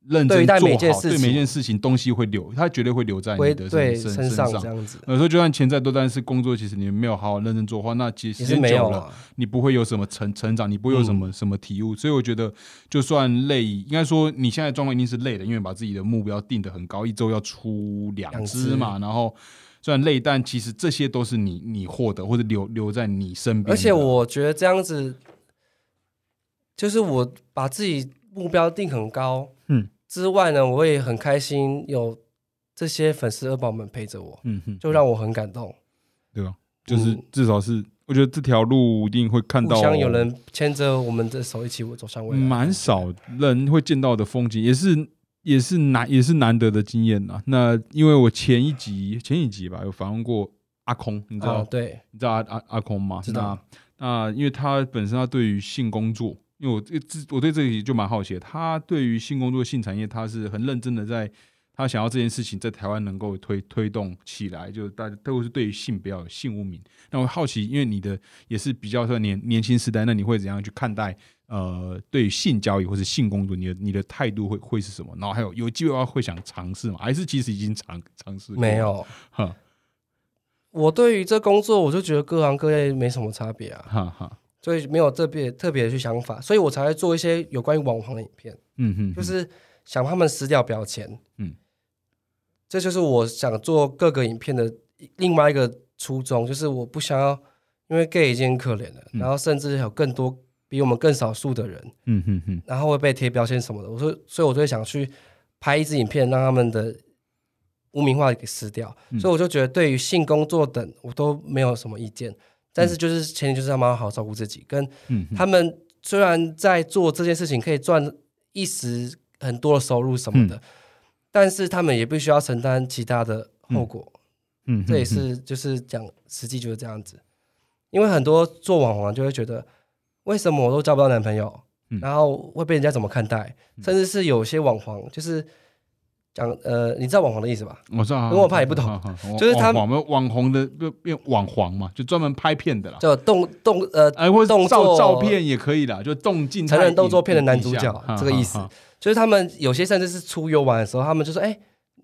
A: 认
B: 对
A: 真
B: 待
A: 做
B: 每件
A: 好，
B: 事
A: 对每
B: 情
A: 件事情东西会留，它绝对会留在你
B: 归
A: 的
B: 对
A: 身
B: 身
A: 上
B: 上。这样子，
A: 有时候就算钱再多，但是工作其实你没有好好认真做的话，那其实
B: 也
A: 时
B: 是
A: 间
B: 没
A: 久
B: 有
A: 了，
B: 啊。
A: 你不会有什么成成长，你不会有什
B: 嗯
A: 么、什么体悟。所以我觉得，就算累，应该说你现在状况一定是累的，因为把自己的目标定得很高，一周要出两只嘛。然后虽然累，但其实这些都是你你获得或者留留在你身边的。
B: 而且我觉得这样子，就是我把自己目标定很高，
A: 嗯
B: 之外呢，我也很开心有这些粉丝二宝们陪着我，
A: 嗯哼，
B: 就让我很感动。
A: 对吧？就是至少是，我觉得这条路一定会看
B: 互
A: 到
B: 相有人牵着我们的手一起走向未来。
A: 蛮少人会见到的风景，也是也是难也是难得的经验呐。那因为我前一集前一集吧有访问过阿空，你知道、
B: 啊，对，
A: 你知道阿阿阿空吗？
B: 知道
A: 那。那因为他本身他对于性工作，因为我这这我对这里就蛮好奇的，他对于性工作、性产业，他是很认真的在，他想要这件事情在台湾能够推推动起来，就大家都是对于性比较有性无名。那我好奇，因为你的也是比较算年年轻时代，那你会怎样去看待？呃，对于性交易或者性工作，你的你的态度会会是什么？然后还有有机会的话会想尝试吗？还是其实已经尝尝试过
B: 没？有。
A: 哈
B: 我对于这工作，我就觉得各行各业没什么差别啊，
A: 哈哈，
B: 所以没有特别特别的去想法，所以我才会做一些有关于网红的影片。
A: 嗯哼哼，
B: 就是想帮他们撕掉标签。
A: 嗯
B: 嗯，这就是我想做各个影片的另外一个初衷，就是我不想要，因为 gay 已经很可怜了，
A: 嗯
B: 然后甚至有更多比我们更少数的人，
A: 嗯哼哼。
B: 然后会被贴标签什么的。我说，所以我就会想去拍一支影片，让他们的污名化给撕掉。
A: 嗯
B: 所以我就觉得，对于性工作等，我都没有什么意见。但是就是前提就是他们要好好照顾自己，跟
A: 嗯哼
B: 他们虽然在做这件事情可以赚一时很多的收入什么的，
A: 嗯
B: 但是他们也必须要承担其他的后果。
A: 嗯，
B: 这也
A: 嗯
B: 是就是讲实际就是这样子，因为很多做网红啊就会觉得，为什么我都交不到男朋友，
A: 嗯
B: 然后会被人家怎么看待，甚至是有些网红就是讲呃，你知道网红的意思吧？
A: 我知道啊，
B: 因为我怕你不懂
A: 啊，啊啊
B: 就是他
A: 网红网红的就变网黄嘛，就专门拍片的啦，
B: 就动动呃，
A: 哎，或者
B: 动
A: 照
B: 作
A: 照片也可以啦，就动静态
B: 成人动作片的男主角
A: 影像啊
B: 这个意思
A: 啊啊
B: 就是他们有些甚至是出游玩的时候，他们就说：“哎、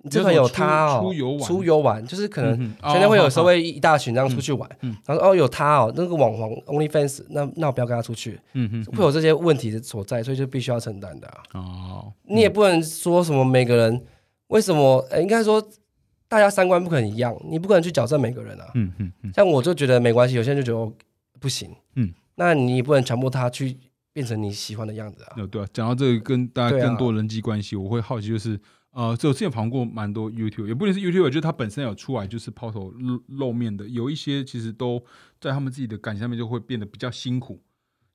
B: 你这
A: 有什么
B: 朋友
A: 出
B: 他哦，
A: 出游玩
B: 出游玩就是可能
A: 嗯哼
B: 现在会有时候
A: 哦
B: 会一大群这样出去玩，
A: 嗯
B: 然后说哦有他哦，那个网红 OnlyFans，那那我不要跟他出去，
A: 嗯哼
B: 会有这些问题的所在，所以就必须要承担的、啊。
A: 哦，
B: 你也不能说什么每个人为什么，呃、应该说大家三观不可能一样，你不可能去矫正每个人啊。
A: 嗯嗯嗯
B: 像我就觉得没关系，有些人就觉得我不行，
A: 嗯
B: 嗯，那你也不能强迫他去变成你喜欢的样子啊。
A: 哦对啊，讲到这个跟大家
B: 对啊
A: 更多人际关系，我会好奇就是。呃，这我之前访问过蛮多 YouTube，也不一定是 YouTube，就是他本身有出来就是抛头露露面的，有一些其实都在他们自己的感情上面就会变得比较辛苦，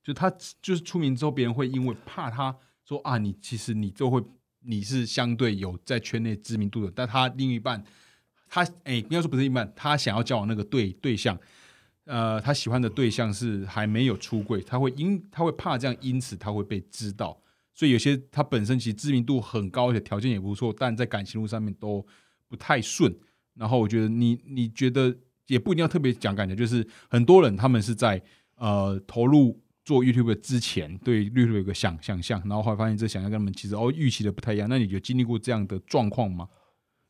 A: 就他就是出名之后，别人会因为怕他说啊，你其实你就会你是相对有在圈内知名度的，但他另一半，他哎，应该说不是另一半，他想要交往那个对对象，呃，他喜欢的对象是还没有出柜，他会因他会怕这样，因此他会被知道，所以有些他本身其实知名度很高，而且条件也不错，但在感情路上面都不太顺。然后我觉得你你觉得也不一定要特别讲感情，就是很多人他们是在呃投入做 YouTube 之前对 YouTube 有个想想象，然后后来发现这想象跟他们其实哦预期的不太一样。那你有经历过这样的状况吗？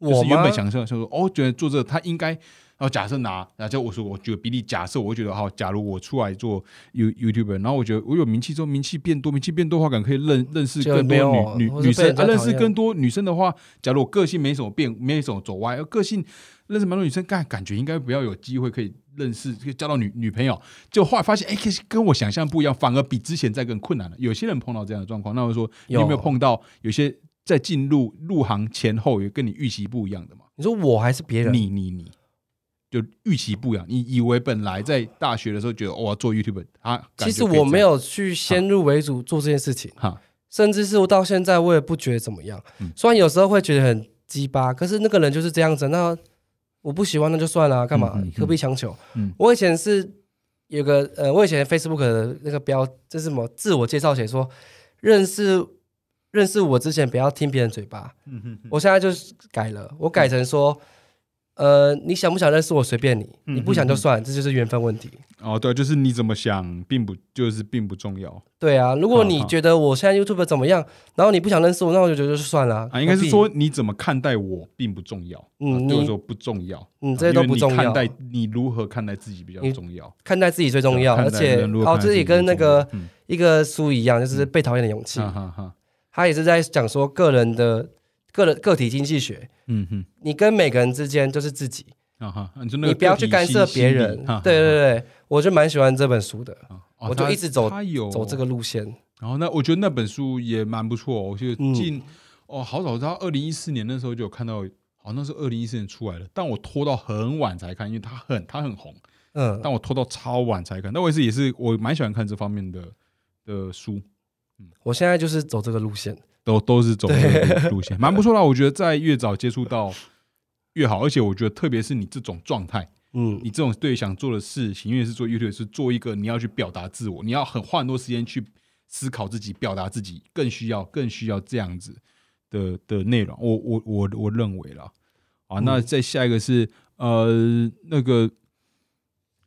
A: 就
B: 我
A: 是原
B: 吗
A: 本想象，想说哦，觉得做这个他应该，然后假设拿，然后就我说我举个比例，假设我会觉得好，假如我出来做 You YouTuber，然后我觉得我哦有名气之后，名气变多，名气变多的话，感觉可以认认识
B: 就
A: 更
B: 没
A: 多
B: 有
A: 女女
B: 或是
A: 女
B: 被
A: 生，
B: 人家
A: 啊认
B: 讨
A: 识
B: 厌
A: 更多女生的话，假如我个性没什么变，没什么走歪，而个性认识蛮多女生，感感觉应该比较有机会可以认识，可以交到女女朋友。就后来发现，哎、其实跟我想象不一样，反而比之前在更困难了。有些人碰到这样的状况，那我说，你有没有
B: 有
A: 碰到有些在进入入行前后，有跟你预期不一样的嘛？
B: 你说我还是别人？
A: 你你你，就预期不一样。你以为本来在大学的时候觉得我要做 YouTube，啊，
B: 其实我没
A: 有
B: 有去先入为主做这件事情，
A: 哈，
B: 甚至是我到现在我也不觉得怎么样。
A: 嗯
B: 虽然有时候会觉得很鸡巴，可是那个人就是这样子，那我不喜欢那就算了啊、干嘛、
A: 嗯嗯嗯
B: 何必强求？
A: 嗯
B: 我以前是有个呃，我以前 Facebook 的那个标，这是什么自我介绍写说认识认识我之前不要听别人嘴巴，
A: 嗯嗯
B: 我现在就是改了，我改成说。呃，你想不想认识我随便你，
A: 嗯
B: 你不想就
A: 嗯嗯
B: 算，这就是缘分问题。
A: 哦，对，就是你怎么想，并不就是并不重要
B: 对啊，如果
A: 嗯
B: 你
A: 嗯
B: 觉得我现在 YouTube 怎么样，然后你不想认识我，那我就觉得就算了
A: 啊，应该
B: 何
A: 是
B: 必
A: 说你怎么看待我并不重要，
B: 嗯
A: 啊对我
B: 你
A: 说不重要，
B: 嗯，
A: 啊
B: 这些都
A: 因为
B: 不
A: 你
B: 重要，
A: 看待你如何看待自己比较
B: 你
A: 重要，
B: 看待自己最重要。
A: 看
B: 而
A: 待
B: 且
A: 人如何
B: 哦，
A: 看待
B: 这
A: 自己
B: 也
A: 比较
B: 跟那
A: 重要
B: 个
A: 嗯啊
B: 一个书一样，就是被讨厌的勇气
A: 哈。哈哈，
B: 他也是在讲说个人的个人个体经济学，
A: 嗯哼。
B: 你跟每个人之间就是自己，
A: 啊哈，你说那个
B: 你不要
A: 个体
B: 去干
A: 心
B: 涉
A: 心
B: 别
A: 理
B: 人。
A: 哈哈
B: 对对对，我就蛮喜欢这本书的，
A: 哈哦
B: 我就
A: 他
B: 一直走
A: 他有
B: 走这个路线。
A: 然后那我觉得那本书也蛮不错、哦，我就
B: 嗯
A: 近、哦好早，到二零一四年那时候就有看到，好像是二零一四年出来的，但我拖到很晚才看，因为它很它很红，
B: 嗯，
A: 但我拖到超晚才看。那我也是也是我蛮喜欢看这方面的的书，
B: 我现在就是走这个路线。
A: 都都是走这个路路线，蛮不错啦。我觉得在越早接触到越好，而且我觉得特别是你这种状态，
B: 嗯
A: 你这种对想做的事情，因为是做 YouTube 是做一个你要去表达自我，你要很花很多时间去思考自己、表达自己，更需要更需要这样子的的内容。我我我我认为啦，啊，那再下一个是呃那个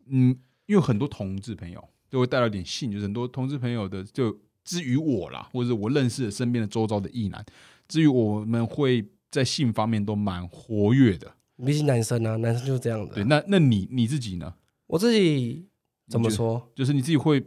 A: 嗯，因为很多同志朋友都会带到一点性，就是很多同志朋友的就至于我啦，或者我认识的身边的周遭的异男，至于我们会在性方面都蛮活跃的。
B: 毕竟男生啊，男生就是这样的
A: 对，
B: 啊。
A: 那那你你自己呢？
B: 我自己怎么
A: 你觉得
B: 说？
A: 就是你自己会，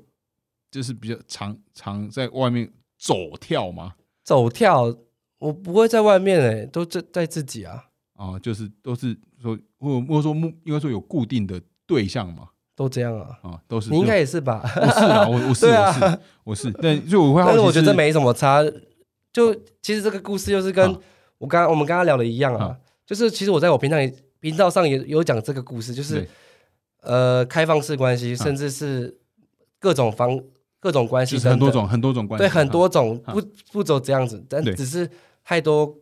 A: 就是比较常常在外面走跳吗？
B: 走跳，我不会在外面哎、都在在自己啊，
A: 啊、就是都是说，或或者说目，应该说有固定的对象嘛？
B: 都这样啊。
A: 啊、都是
B: 你应该也是吧？
A: 我是啊，我我是、
B: 对啊
A: 我是我是，但就我会好 奇
B: 但是
A: 是，
B: 我觉得没什么差。就其实这个故事又是跟
A: 啊
B: 我刚刚我们刚刚聊的一样啊
A: 啊，
B: 就是其实我在我频道也频道上也有讲这个故事，就是
A: 对啊
B: 呃开放式关系，甚至是各种方各种关系
A: 就
B: 等
A: 是很
B: 等，
A: 多种很多种关系，
B: 对很多种
A: 啊
B: 不不走这样子，但
A: 对
B: 只是太多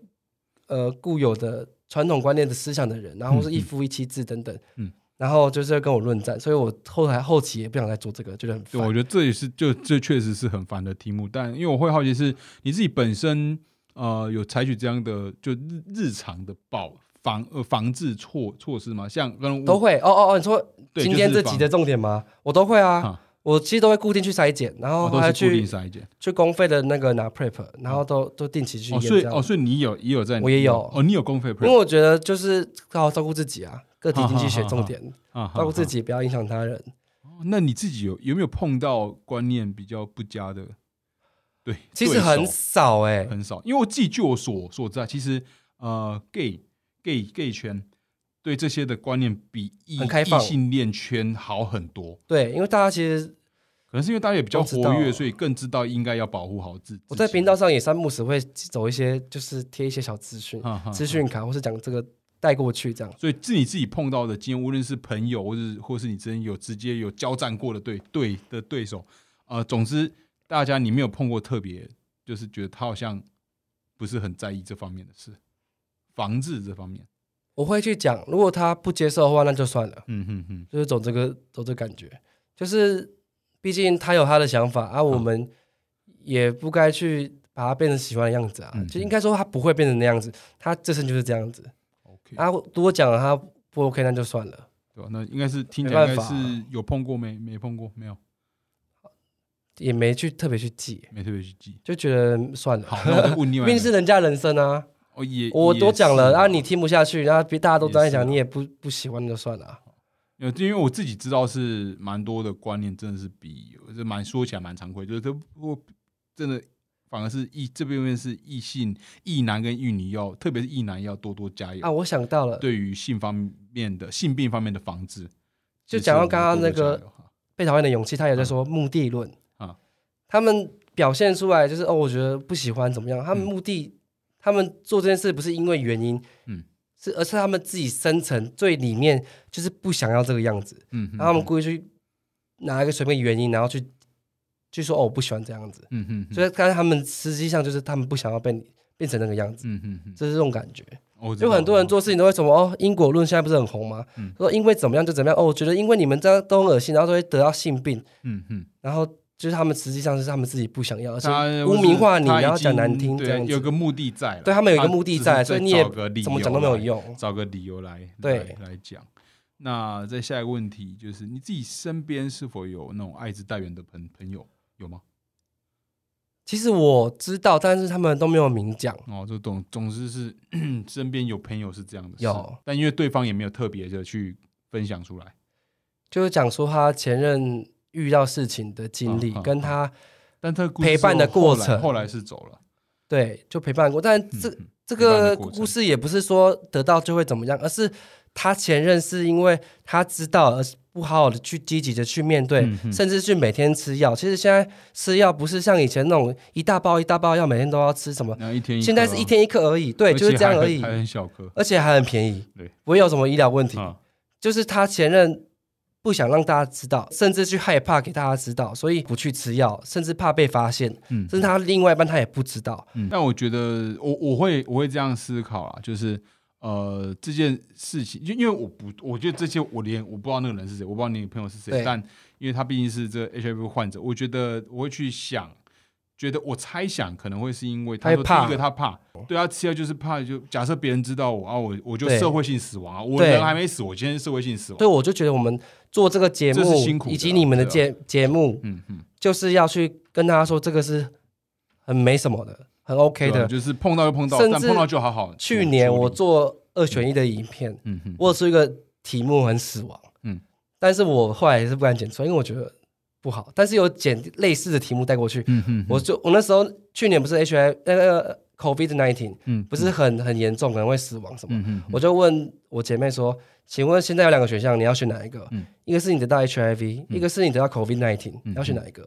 B: 呃固有的传统观念的思想的人，然后是一夫一妻制等等，
A: 嗯
B: 然后就是要跟我论战，所以我后来后期也不想再做这个，觉得很
A: 对，我
B: 烦。
A: 觉得这也是就这确实是很烦的题目，但因为我会好奇是你自己本身呃有采取这样的就日日常的保防呃防治措措施吗？像刚刚
B: 都会哦哦哦，你说
A: 对
B: 今天
A: 就是
B: 这集
A: 防
B: 的重点吗？我都会啊，
A: 啊
B: 我其实都会固定去筛检，然后
A: 哦都
B: 还
A: 是固
B: 去
A: 定筛检。
B: 去公费的那个拿 prep，然后都都定期去
A: 哦，
B: 验
A: 所以
B: 这样
A: 哦，所以你有也有在，
B: 我也有
A: 哦，你有公费
B: 因
A: prep
B: 为我觉得就是好好照顾自己啊，个体经济学重点，
A: 啊，
B: 照顾自
A: 己。
B: 己，不要影响他人。
A: 哦那你自己有有没有碰到观念比较不佳的？对，
B: 其实
A: 对手
B: 很少哎、
A: 很少，因为我自己据我所所知啊，其实呃，gay gay gay 圈对这些的观念比异
B: 很开
A: 异
B: 放
A: 性恋圈好很多。
B: 对，因为大家其实
A: 可能是因为大家也比较
B: 我知道
A: 活跃，所以更知道应该要保护好自己。
B: 我在频道上也三不时会走一些，就是贴一些小资讯、
A: 哈哈
B: 资讯卡，或是讲这个带过去这样。
A: 所以自你自己碰到的经验，无论是朋友，或是或是你之前有直接有交战过的对对的对手，呃，总之大家你没有碰过特别，就是觉得他好像不是很在意这方面的事，防治这方面，
B: 我会去讲，如果他不接受的话，那就算了，
A: 嗯哼哼，
B: 就是走这个走这个感觉，就是毕竟他有他的想法啊，
A: 嗯
B: 我们也不该去把他变成喜欢的样子啊，
A: 嗯
B: 就应该说他不会变成那样子，他自身就是这样子
A: OK，、
B: 啊。如果讲了他不 OK，那就算了。
A: 对吧？那应该是听起
B: 没
A: 来应
B: 办
A: 该
B: 法啊
A: 是有碰过没？没碰过，没有，
B: 也没去特别去记，
A: 没特别去记。
B: 就觉得算了，
A: 好，那我再问另
B: 毕
A: 外一
B: 竟
A: 个，
B: 是人家人生啊。
A: 哦也
B: 我多讲
A: 也
B: 了，
A: 是
B: 啊，你听不下去，然后别大家都这样
A: 也是
B: 讲，
A: 啊
B: 你也不不喜欢就算了啊。
A: 呃，因为我自己知道是蛮多的观念，真的是比这蛮说起来蛮常规，就是这我真的反而是异这边面是异性异男跟异女要，特别是异男要多多加油。
B: 啊，我想到了，
A: 对于性方面的性病方面的防治，
B: 就
A: 其实
B: 讲到
A: 我们
B: 刚刚
A: 多
B: 那
A: 多
B: 个
A: 加油哈
B: 被讨厌的勇气，他也在说目的论
A: 啊
B: 他们表现出来就是哦，我觉得不喜欢怎么样，他们目的，他们做这件事不是因为原因，
A: 嗯，
B: 是而是他们自己深层最里面就是不想要这个样子，
A: 嗯哼，
B: 然后他们故意去拿一个随便原因，然后去去说哦，我不喜欢这样子，
A: 嗯哼，
B: 所以但是他们实际上就是他们不想要被你变成那个样子，
A: 嗯哼哼，
B: 这是这种感觉。
A: 我知
B: 有
A: 道
B: 很多人
A: 了
B: 做事情都会什么哦，因果论现在不是很红吗？
A: 嗯
B: 说因为怎么样就怎么样哦，我觉得因为你们这样都很恶心，然后都会得到性病，
A: 嗯哼，
B: 然后就是他们实际上是他们自己不想要，而
A: 他
B: 且
A: 或
B: 污
A: 是
B: 名化你，
A: 他已
B: 然后讲难
A: 经
B: 听这
A: 对，
B: 样
A: 有
B: 子，
A: 个目的在了，
B: 对他们有一个
A: 他
B: 目的
A: 只是
B: 在，
A: 在
B: 所以你也
A: 找个理
B: 怎么讲都没
A: 由
B: 有
A: 来
B: 用。
A: 找个理由来
B: 哦对
A: 来来讲。那再下一个问题就是，你自己身边是否有那种艾滋代源的朋朋友？有吗？
B: 其实我知道，但是他们都没有明讲。
A: 哦，就总总之是 身边有朋友是这样的事，
B: 有
A: 但因为对方也没有特别的去分享出来，
B: 就是讲说他前任遇到事情的经历，
A: 嗯嗯
B: 跟他
A: 但他故事
B: 陪伴的
A: 后
B: 过
A: 后来
B: 程
A: 后来是走了，
B: 对就陪伴过，但这、
A: 嗯
B: 这
A: 陪伴的
B: 个
A: 过程
B: 故事也不是说得到就会怎么样，而是他前任是因为他知道，而是不好好的去积极的去面对，
A: 嗯嗯
B: 甚至去每天吃药。其实现在吃药不是像以前那种一大包一大包药，每天都要吃什么，
A: 然后一天
B: 现在是一天一颗而已，对，
A: 对
B: 就是这样而已，嗯
A: 还很小颗，
B: 而且还很便宜
A: 对，
B: 不会有什么医疗问题。
A: 啊，
B: 就是他前任不想让大家知道，甚至去害怕给大家知道，所以不去吃药，甚至怕被发现，
A: 嗯，
B: 甚至他另外一半他也不知道。
A: 嗯，但我觉得我我会我会这样思考啦，就是呃这件事情，就因为我不我觉得这些我连我不知道那个人是谁，我不知道你的朋友是谁，
B: 对
A: 但因为他毕竟是这 HIV 患者，我觉得我会去想，觉得我猜想可能会是因为他
B: 他会
A: 说
B: 怕
A: 第一个他怕，对他吃药就是怕，就假设别人知道我啊，我我就
B: 对
A: 社会性死亡啊，我
B: 对
A: 人还没死，我今天是社会性死亡，
B: 对，我就觉得我们做这个节
A: 这是
B: 目
A: 辛苦的啊
B: 以及你们的
A: 对
B: 节节目，
A: 嗯嗯，
B: 就是要去跟大家说这个是很没什么的，很 OK
A: 对啊
B: 的。
A: 就是碰到就碰到，
B: 甚
A: 但
B: 至
A: 碰到就好好。
B: 去年
A: 处理
B: 我，做二选一的影片，
A: 嗯嗯，
B: 我有出一个题目很死亡，
A: 嗯
B: 嗯，但是我后来也是不敢剪出来，因为我觉得不好，但是有剪类似的题目带过去，
A: 嗯嗯，
B: 我就我那时候去年不是 H I 那个 COVID nineteen
A: 嗯
B: 不是很很严重，可能会死亡什么。
A: 嗯嗯
B: 我就问我姐妹说：“请问现在有两个选项，你要选哪一个？
A: 嗯
B: 一个是你得到 HIV，、一个是你得到 COVID nineteen，、
A: 嗯
B: 要选哪一个？”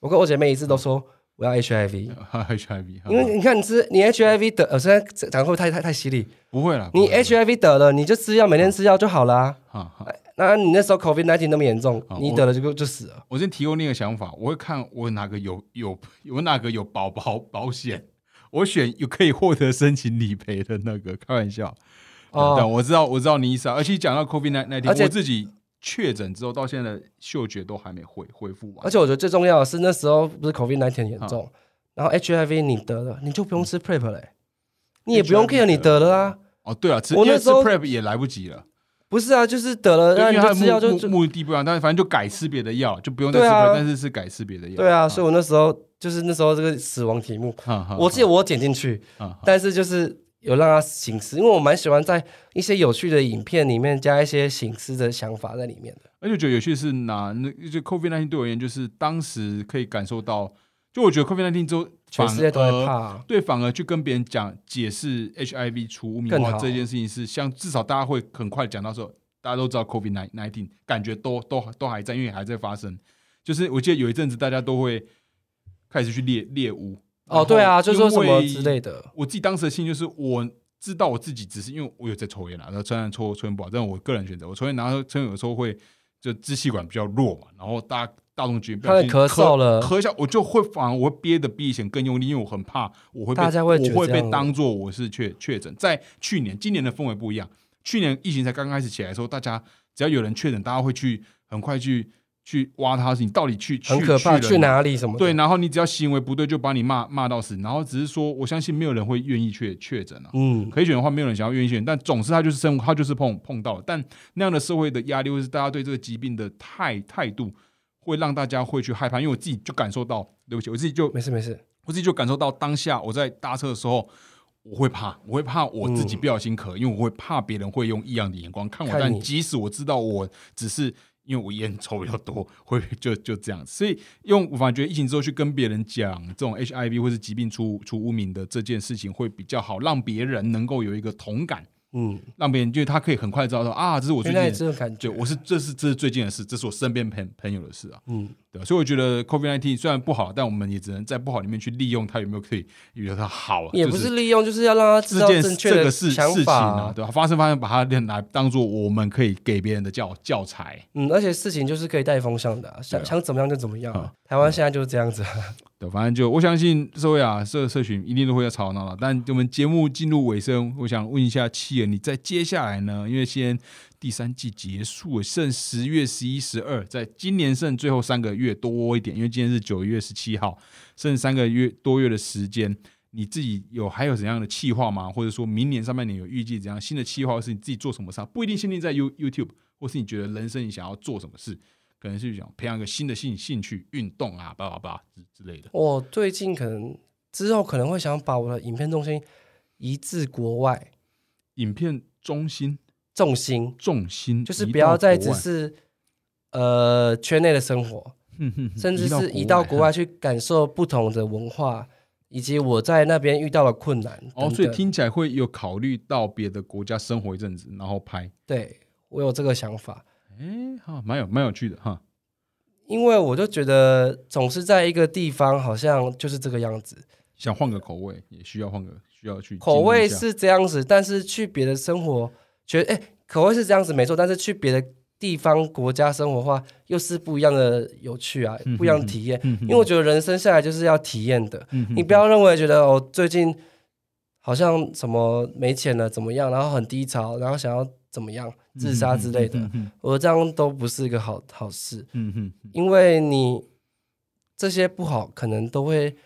B: 我跟我姐妹一致都说我要
A: 嗯
B: HIV，、
A: ，HIV，
B: 因为你看你吃你 HIV 得，呃，现在讲讲会不会太太太犀利，
A: 不会啦，
B: 你
A: 不会啦
B: HIV 得了，你就吃药，每天吃药就好啦。
A: 哈哈。
B: 那你那时候 COVID nineteen 那么严重
A: 好，
B: 你
A: 啊我啊
B: 得了就就死了。
A: 我先提供另一个想法，我会看我哪个有有有哪个有保保保险，我选有可以获得申请理赔的那个。开玩笑，
B: 哦
A: 但我知道我知道你意思啊。而且讲到 COVID 那那
B: 而且
A: 天，我自己确诊之后到现在的嗅觉都还没恢恢复完，
B: 而且我觉得最重要的是那时候不是 COVID 1 9严
A: 啊
B: 重，然后 HIV 你得了，你就不
A: 嗯
B: 用吃 PrEP 嘞、你也不用 care 你得了啊，
A: 哦对啊，吃
B: 我
A: 因为
B: 那
A: 吃
B: 时候
A: Prep 也来不及了，
B: 不是啊，就是得了，
A: 对
B: 那
A: 因
B: 你
A: 为它
B: 就
A: 的
B: 吃
A: 目
B: 药就
A: 目
B: 就
A: 目的不一样，但是反正就改吃别的药，就不用再吃
B: 对啊
A: Prep，但是是改吃别的药。
B: 对啊，所以我那时候就是那时候这个死亡题目，
A: 哈哈
B: 我记得我有剪进去，
A: 哈哈
B: 但是就是有让他醒思，因为我蛮喜欢在一些有趣的影片里面加一些醒思的想法在里面的。
A: 而且觉得有趣的是拿那就 COVID 1 9对我而言，就是当时可以感受到，就我觉得 COVID 1 9之后，
B: 全世界都在
A: 反而
B: 怕、啊
A: 对，反而去跟别人讲解释 HIV 除污名
B: 更
A: 化
B: 好
A: 这件事情是，像至少大家会很快讲到说，大家都知道 COVID 19，感觉都都都还在，因为还在发生。就是我记得有一阵子大家都会开始去猎猎巫。
B: 哦，对啊，就说什么之
A: 的。
B: 类的，
A: 我自己当时的心就是我知道我自己只是因为我有在抽烟啦，然后虽然抽抽烟不好，但我个人选择我抽烟，然后抽烟有时候会就支气管比较弱嘛，然后大大众觉得不小心
B: 他会咳嗽了
A: 咳一下我就会反而我会憋得比以前更用力，因为我很怕我会被
B: 大家会觉得
A: 我会
B: 这
A: 被
B: 样
A: 当做我是确确诊。在去年今年的氛围不一样，去年疫情才刚开始起来的时候，大家只要有人确诊，大家会去很快去。去挖他，你到底去去
B: 很可怕，
A: 去了
B: 去
A: 哪
B: 哪里什么的
A: 对，，然后你只要行为不对，就把你骂骂到死。然后只是说，我相信没有人会愿意确确诊啊。
B: 嗯，
A: 可以选的话，没有人想要愿意选，但总是他就是生，他就是碰碰到了。但那样的社会的压力，或是大家对这个疾病的态态度，会让大家会去害怕。因为我自己就感受到，对不起，我自己就
B: 没事没事。
A: 我自己就感受到当下我在搭车的时候，我会怕，我会怕我自己不小心咳，因为我会怕别人会用异样的眼光看我。
B: 嗯看
A: 但
B: 你
A: 即使我知道我只是因为我烟抽比较多，会就就这样。所以用我反觉得疫情之后去跟别人讲这种 HIV 或是疾病出出污名的这件事情会比较好，让别人能够有一个同感，
B: 嗯，
A: 让别人就是他可以很快地知道说啊，这是我最
B: 原来
A: 近
B: 这种感觉
A: 就，我是这是这是最近的事，这是我身边朋朋友的事啊，
B: 嗯，
A: 对啊所以我觉得 COVID 19虽然不好，但我们也只能在不好里面去利用它有没有可以有它好啊，
B: 也
A: 就
B: 不是利用，就是要让他知
A: 这
B: 道
A: 件
B: 正确
A: 这
B: 的
A: 个事
B: 想
A: 事情
B: 法
A: 啊，。对吧、发生发生，把它拿当做我们可以给别人的教教材，
B: 嗯，而且事情就是可以带风向的啊，想想怎么样就怎么样啊。台湾现在就是这样子啊，
A: 对，反正就我相信社会啊社社群一定都会要吵闹了。但我们节目进入尾声，我想问一下七儿，你在接下来呢？因为先第三季结束了，剩十月、十一、十二，在今年剩最后三个月多一点，因为今天是九月十七号，剩三个月多月的时间。你自己有还有怎样的计划吗？或者说明年上半年有预计怎样新的计划，或是你自己做什么事啊？不一定限定在 You YouTube，或是你觉得人生你想要做什么事，可能是想培养一个新的兴兴趣、运动啊，叭叭叭之之类的。
B: 我最近可能之后可能会想把我的影片重心移至国外，
A: 影片中心
B: 重心
A: 重心
B: 就是
A: 移
B: 不要
A: 到
B: 再
A: 国
B: 只
A: 外
B: 是呃圈内的生活，
A: 哼哼 哼
B: 甚至是移
A: 移
B: 到国外
A: 哼
B: 去感受不同的文化，以及我在那边遇到的困难等等。
A: 哦，所以听起来会有考虑到别的国家生活一阵子，然后拍，
B: 对我有这个想法，
A: 哎，哈，蛮有蛮有趣的哈。
B: 因为我就觉得总是在一个地方，好像就是这个样子。
A: 想换个口味，也需要换个需要去
B: 口
A: 经历一
B: 味
A: 下
B: 是这样子，但是去别的生活，觉得哎、口味是这样子没错，但是去别的地方国家生活的话，又是不一样的有趣啊，不一样的体验。
A: 嗯哼
B: 因为我觉得人生下来就是要体验的，
A: 嗯哼
B: 你不要认为觉得哦，最近好像什么没钱了怎么样，然后很低潮，然后想要怎么样自杀之类的，
A: 嗯哼
B: 我这样都不是一个好好事，
A: 嗯哼嗯
B: 因为你这些不好可能都会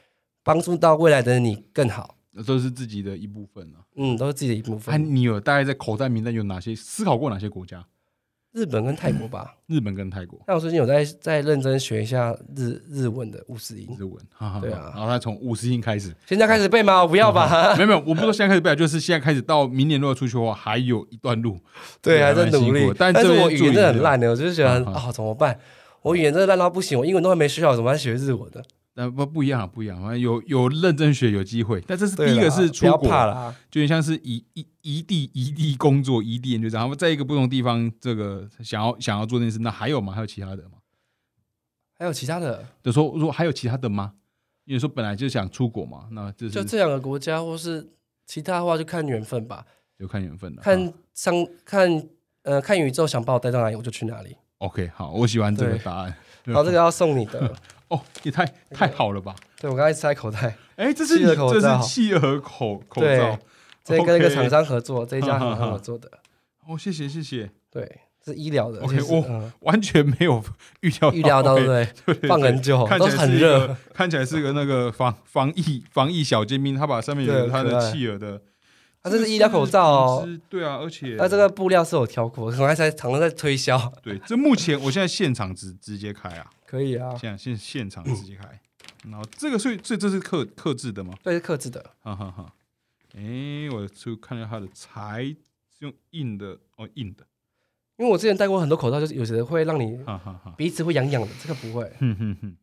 B: 帮助到未来的你更好。
A: 哼，都是自己的一部分啊。
B: 嗯，都是自己的一部
A: 哎，
B: 分。
A: 你有大概在口袋名单有哪些？思考过哪些国家？
B: 日本跟泰国吧，
A: 日本跟泰国
B: 但我最近有在在认真学一下日日文的五十音，
A: 日文，哈哈哈
B: 对啊
A: 然后他从五十音开始，
B: 现在开始背吗？我不要 吧。
A: 没有没有，我不是说现在开始背，就是现在开始到明年如果出去的话，还有一段路。
B: 对，
A: 还
B: 还在
A: 蛮辛
B: 努
A: 苦
B: 力
A: 的，但
B: 是
A: 这边
B: 我语
A: 注
B: 言
A: 意
B: 真的
A: 一下
B: 很烂的，我就是觉得
A: 啊
B: 啊、怎么办？我语言真的烂到不行，我英文都还没学好，怎么还学日文呢？
A: 那不不一样啊，不一样啊，反正有有认真学，有机会。但这是 第
B: 对啦
A: 一个是
B: 不
A: 出
B: 要
A: 国，
B: 怕啦，
A: 就有点像是异异异地异地工作、异地研究生，他们在一个不同地方，这个想要想要做这件事，那还有吗？还有其他的吗？
B: 还有其他的，
A: 就说如果还有其他的吗？因为说本来就想出国嘛，那这
B: 就是这两个国家或是其他的话，就看缘分吧，
A: 就看缘分了。啊
B: 看上看呃看宇宙想把我带到哪里，我就去哪里。
A: OK，好，我喜欢这个
B: 对
A: 答案。对啊
B: 然后这个要送你的，
A: 哦，也太太好了吧？
B: 对我刚才塞口袋，
A: 哎，这是
B: 企
A: 你
B: 鹅口
A: 这
B: 罩
A: 是企鹅口口
B: 对
A: 罩。
B: 这跟一个
A: OK 啊
B: 厂商合作，这一家厂商合作的，
A: 哦，谢谢谢谢，
B: 对，是医疗的。
A: OK，
B: 就是呃
A: 我
B: 嗯
A: 完全没有预料
B: 预料 到
A: 欸
B: 对不
A: 对
B: 对？放很久，
A: 看
B: 哦都
A: 起来
B: 是很
A: 是一
B: 热
A: 个， 看起来是个那个防防疫防疫小尖兵，他把上面有
B: 对
A: 一个他
B: 可
A: 的
B: 爱
A: 企鹅的，
B: 它这是医疗口罩哦
A: 这个是。对啊，而且
B: 那这个布料是有挑过，可能还在厂商在推销，
A: 对，这目前我现在现场直直接开啊，
B: 可以啊，
A: 现在现现场直接开。然后这个所以这这是克克制的吗？
B: 对，是克制的，
A: 哈哈哈。哎，我就看一下它的材是用硬的哦，硬的，
B: 因为我之前戴过很多口罩，就是有时会让你
A: 哈哈哈。
B: 鼻子会痒痒的，这个不会，
A: 哼哼哼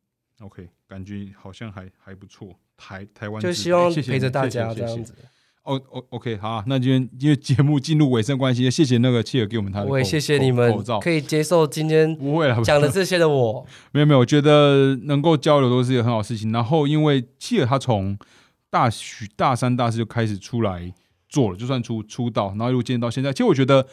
A: ，OK，感觉好像还还不错。台台湾
B: 就
A: 制
B: 希
A: 的哎
B: 望
A: 谢谢
B: 陪
A: 你
B: 着大
A: 谢谢
B: 家
A: 谢
B: 这
A: 谢
B: 样子。
A: 哦哦，OK，好啊，那今天因为节目进入尾声关系，谢谢那个契尔给我们他的口，
B: 我也谢谢你们
A: 口口罩，
B: 可以接受今天
A: 不会了，
B: 讲的这些的我，
A: 没有没有，我觉得能够交流都是一个很好的事情。然后因为契尔他从大学大三大四就开始出来做了，就算出出道，然后一路坚持到现在，其实我觉得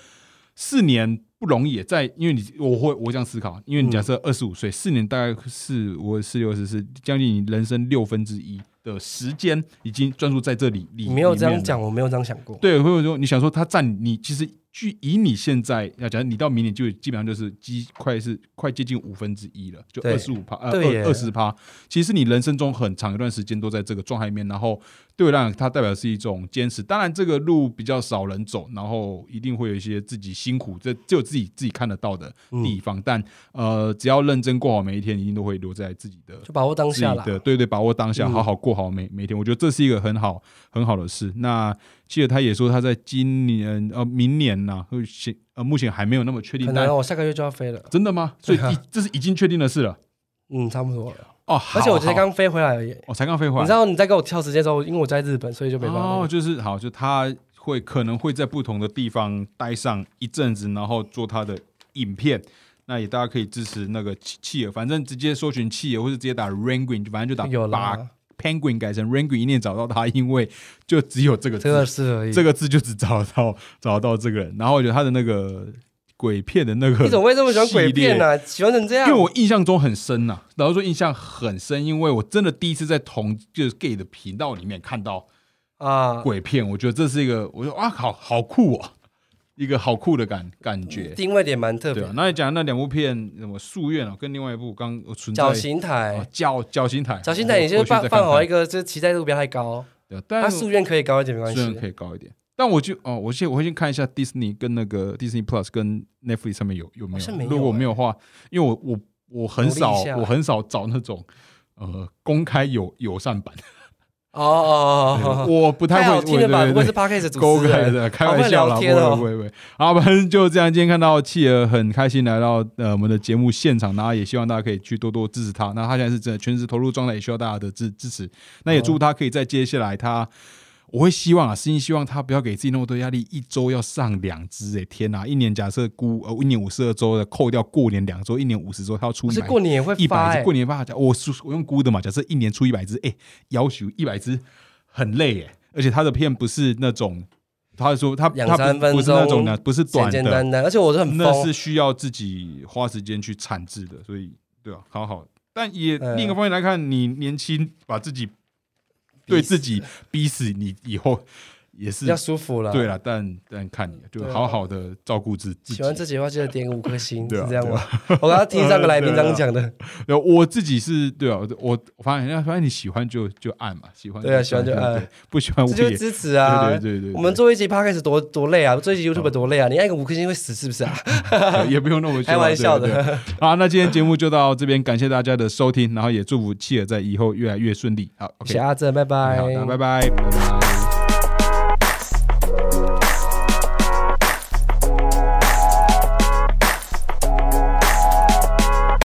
A: 四年不容易也在，因为你我会我这样思考，因为
B: 嗯
A: 你假设二十五岁，四年大概是我四六十四，将近你人生六分之一的时间已经专注在这里里，
B: 你没有
A: 里
B: 这样
A: 面了
B: 讲，我没有这样想过，
A: 对，或者说你想说他占你，其实据以你现在要讲，你到明年就基本上就是几快是快接近五分之一了，就
B: 对
A: 二十五趴，呃，
B: 对耶
A: 二二十趴。其实你人生中很长一段时间都在这个状态里面，然后对我来讲，它代表是一种坚持。当然，这个路比较少人走，然后一定会有一些自己辛苦，这只有自己自己看得到的
B: 嗯
A: 地方。但呃，只要认真过好每一天，一定都会留在自己的
B: 就把握当
A: 自
B: 下
A: 己
B: 啦。
A: 的，对对，把握当下，
B: 嗯
A: 好好过好每每天。我觉得这是一个很好很好的事。那记得他也说他在今年呃明年呐、会先呃目前还没有那么确定
B: 可，
A: 但
B: 能我下个月就要飞了，
A: 真的 吗？所以
B: 对啊
A: 已这是已经确定的事了
B: 嗯，差不多了。
A: 哦。
B: 而且我
A: 好
B: 才
A: 好
B: 刚飞回来而已。
A: 我才刚飞回来，
B: 你知道你在跟我挑时间的时候，因为我在日本，所以就没办法。
A: 哦，就是好，就他会可能会在不同的地方待上一阵子，然后做他的影片。那也大家可以支持那个企企鹅，反正直接搜寻企鹅，或是直接打 Ranguin，就反正就打
B: 有
A: 把
B: 啦，
A: Penguin 改成 Ranguin，一定找到他， 因为就只有这个字
B: 这，个是而已。
A: 这个字就只找到找到这个人。然后我觉得他的那个鬼片的那个
B: 你怎么会这么喜欢鬼片呢、喜欢成这样？
A: 因为我印象中很深呐、啊老实说印象很深，因为我真的第一次在同就是 gay 的频道里面看到
B: 啊，
A: 鬼片，我觉得这是一个，我说啊，好好酷哦，一个好酷的感感觉。
B: 定位点嗯蛮特
A: 对
B: 别
A: 啊，。那你讲那两部片，什么《夙愿》啊，跟另外一部刚我存在
B: 绞刑台，
A: 啊绞绞刑台，
B: 绞刑台，你先放放好一
A: 个，
B: 个，就是期待度不要太高，
A: 对啊
B: 它
A: 但
B: 夙愿可以高一点没关
A: 虽然
B: 系。
A: 可以高一点，但我就哦，我先我会先看一下 Disney 跟那个 Disney Plus 跟 Netflix 上面有有没有？
B: 好像没有
A: 如果
B: 欸
A: 没有的话，因为我我我很
B: 努力一
A: 少
B: 下
A: 我很少找那种呃公开友友善版，
B: 哦哦哦哦，
A: 我不太
B: 太
A: 会
B: 好听了吧？
A: 对对对
B: 不会是 podcast 主
A: 勾
B: 持
A: 开
B: 人？
A: 的，开
B: 好会
A: 玩笑啦，
B: 聊
A: 不
B: 天
A: 会
B: 哦
A: 不会不会。好，反正就这样。今天看到企鹅很开心来到呃我们的节目现场，然后也希望大家可以去多多支持他。那他现在是真的全职投入状态，也需要大家的支支持。那也祝他可以在接下来他。我会希望啊，私心希望他不要给自己那么多压力，一周要上两支哎，天哪！一年假设估呃一年五十二周的，扣掉过年两周，一年五十周，他要出
B: 不是
A: 100
B: 过年也会
A: 一
B: 发
A: 百只
B: 哎
A: 过，年发假，我是我用估的嘛，假设一年出一百只，哎、要求一百只很累哎，而且他的片不是那种，他说他
B: 两
A: 他
B: 三
A: 不
B: 分
A: 不是那种的，
B: 钟
A: 不是短
B: 简简
A: 的，
B: 单单，而且我是很
A: 那是
B: 疯，
A: 需要自己花时间去产制的，所以对啊，好好，但也、
B: 呃
A: 另一个方面来看，你年轻把自己对自己逼死，你以后也
B: 比
A: 是
B: 较舒服了。
A: 对了，但但看你就
B: 啊对啊
A: 好好的照顾自自己啊
B: 喜。欢自己的话，记得点五颗星，
A: 对啊
B: 是这样吗？ 我刚刚听上个来宾刚刚讲的，
A: 对，啊我自己是对啊，我我发现人家反正你喜欢就就按嘛，喜欢
B: 对啊喜欢就按
A: 对不喜欢我
B: 这就是
A: 也
B: 支持啊。
A: 对对对对对
B: 我们做一集 podcast 多多累啊，做一集 YouTube 多累啊，你按一个五颗星会死是不是啊？
A: 也不用那么久啊
B: 开玩笑的。
A: 对啊对啊好，那今天节目就到这边，感谢大家的收听，然后也祝福契儿在以后越来越顺利。好
B: 我
A: ，OK，
B: 是阿正，拜拜，
A: 好，那拜拜，拜拜。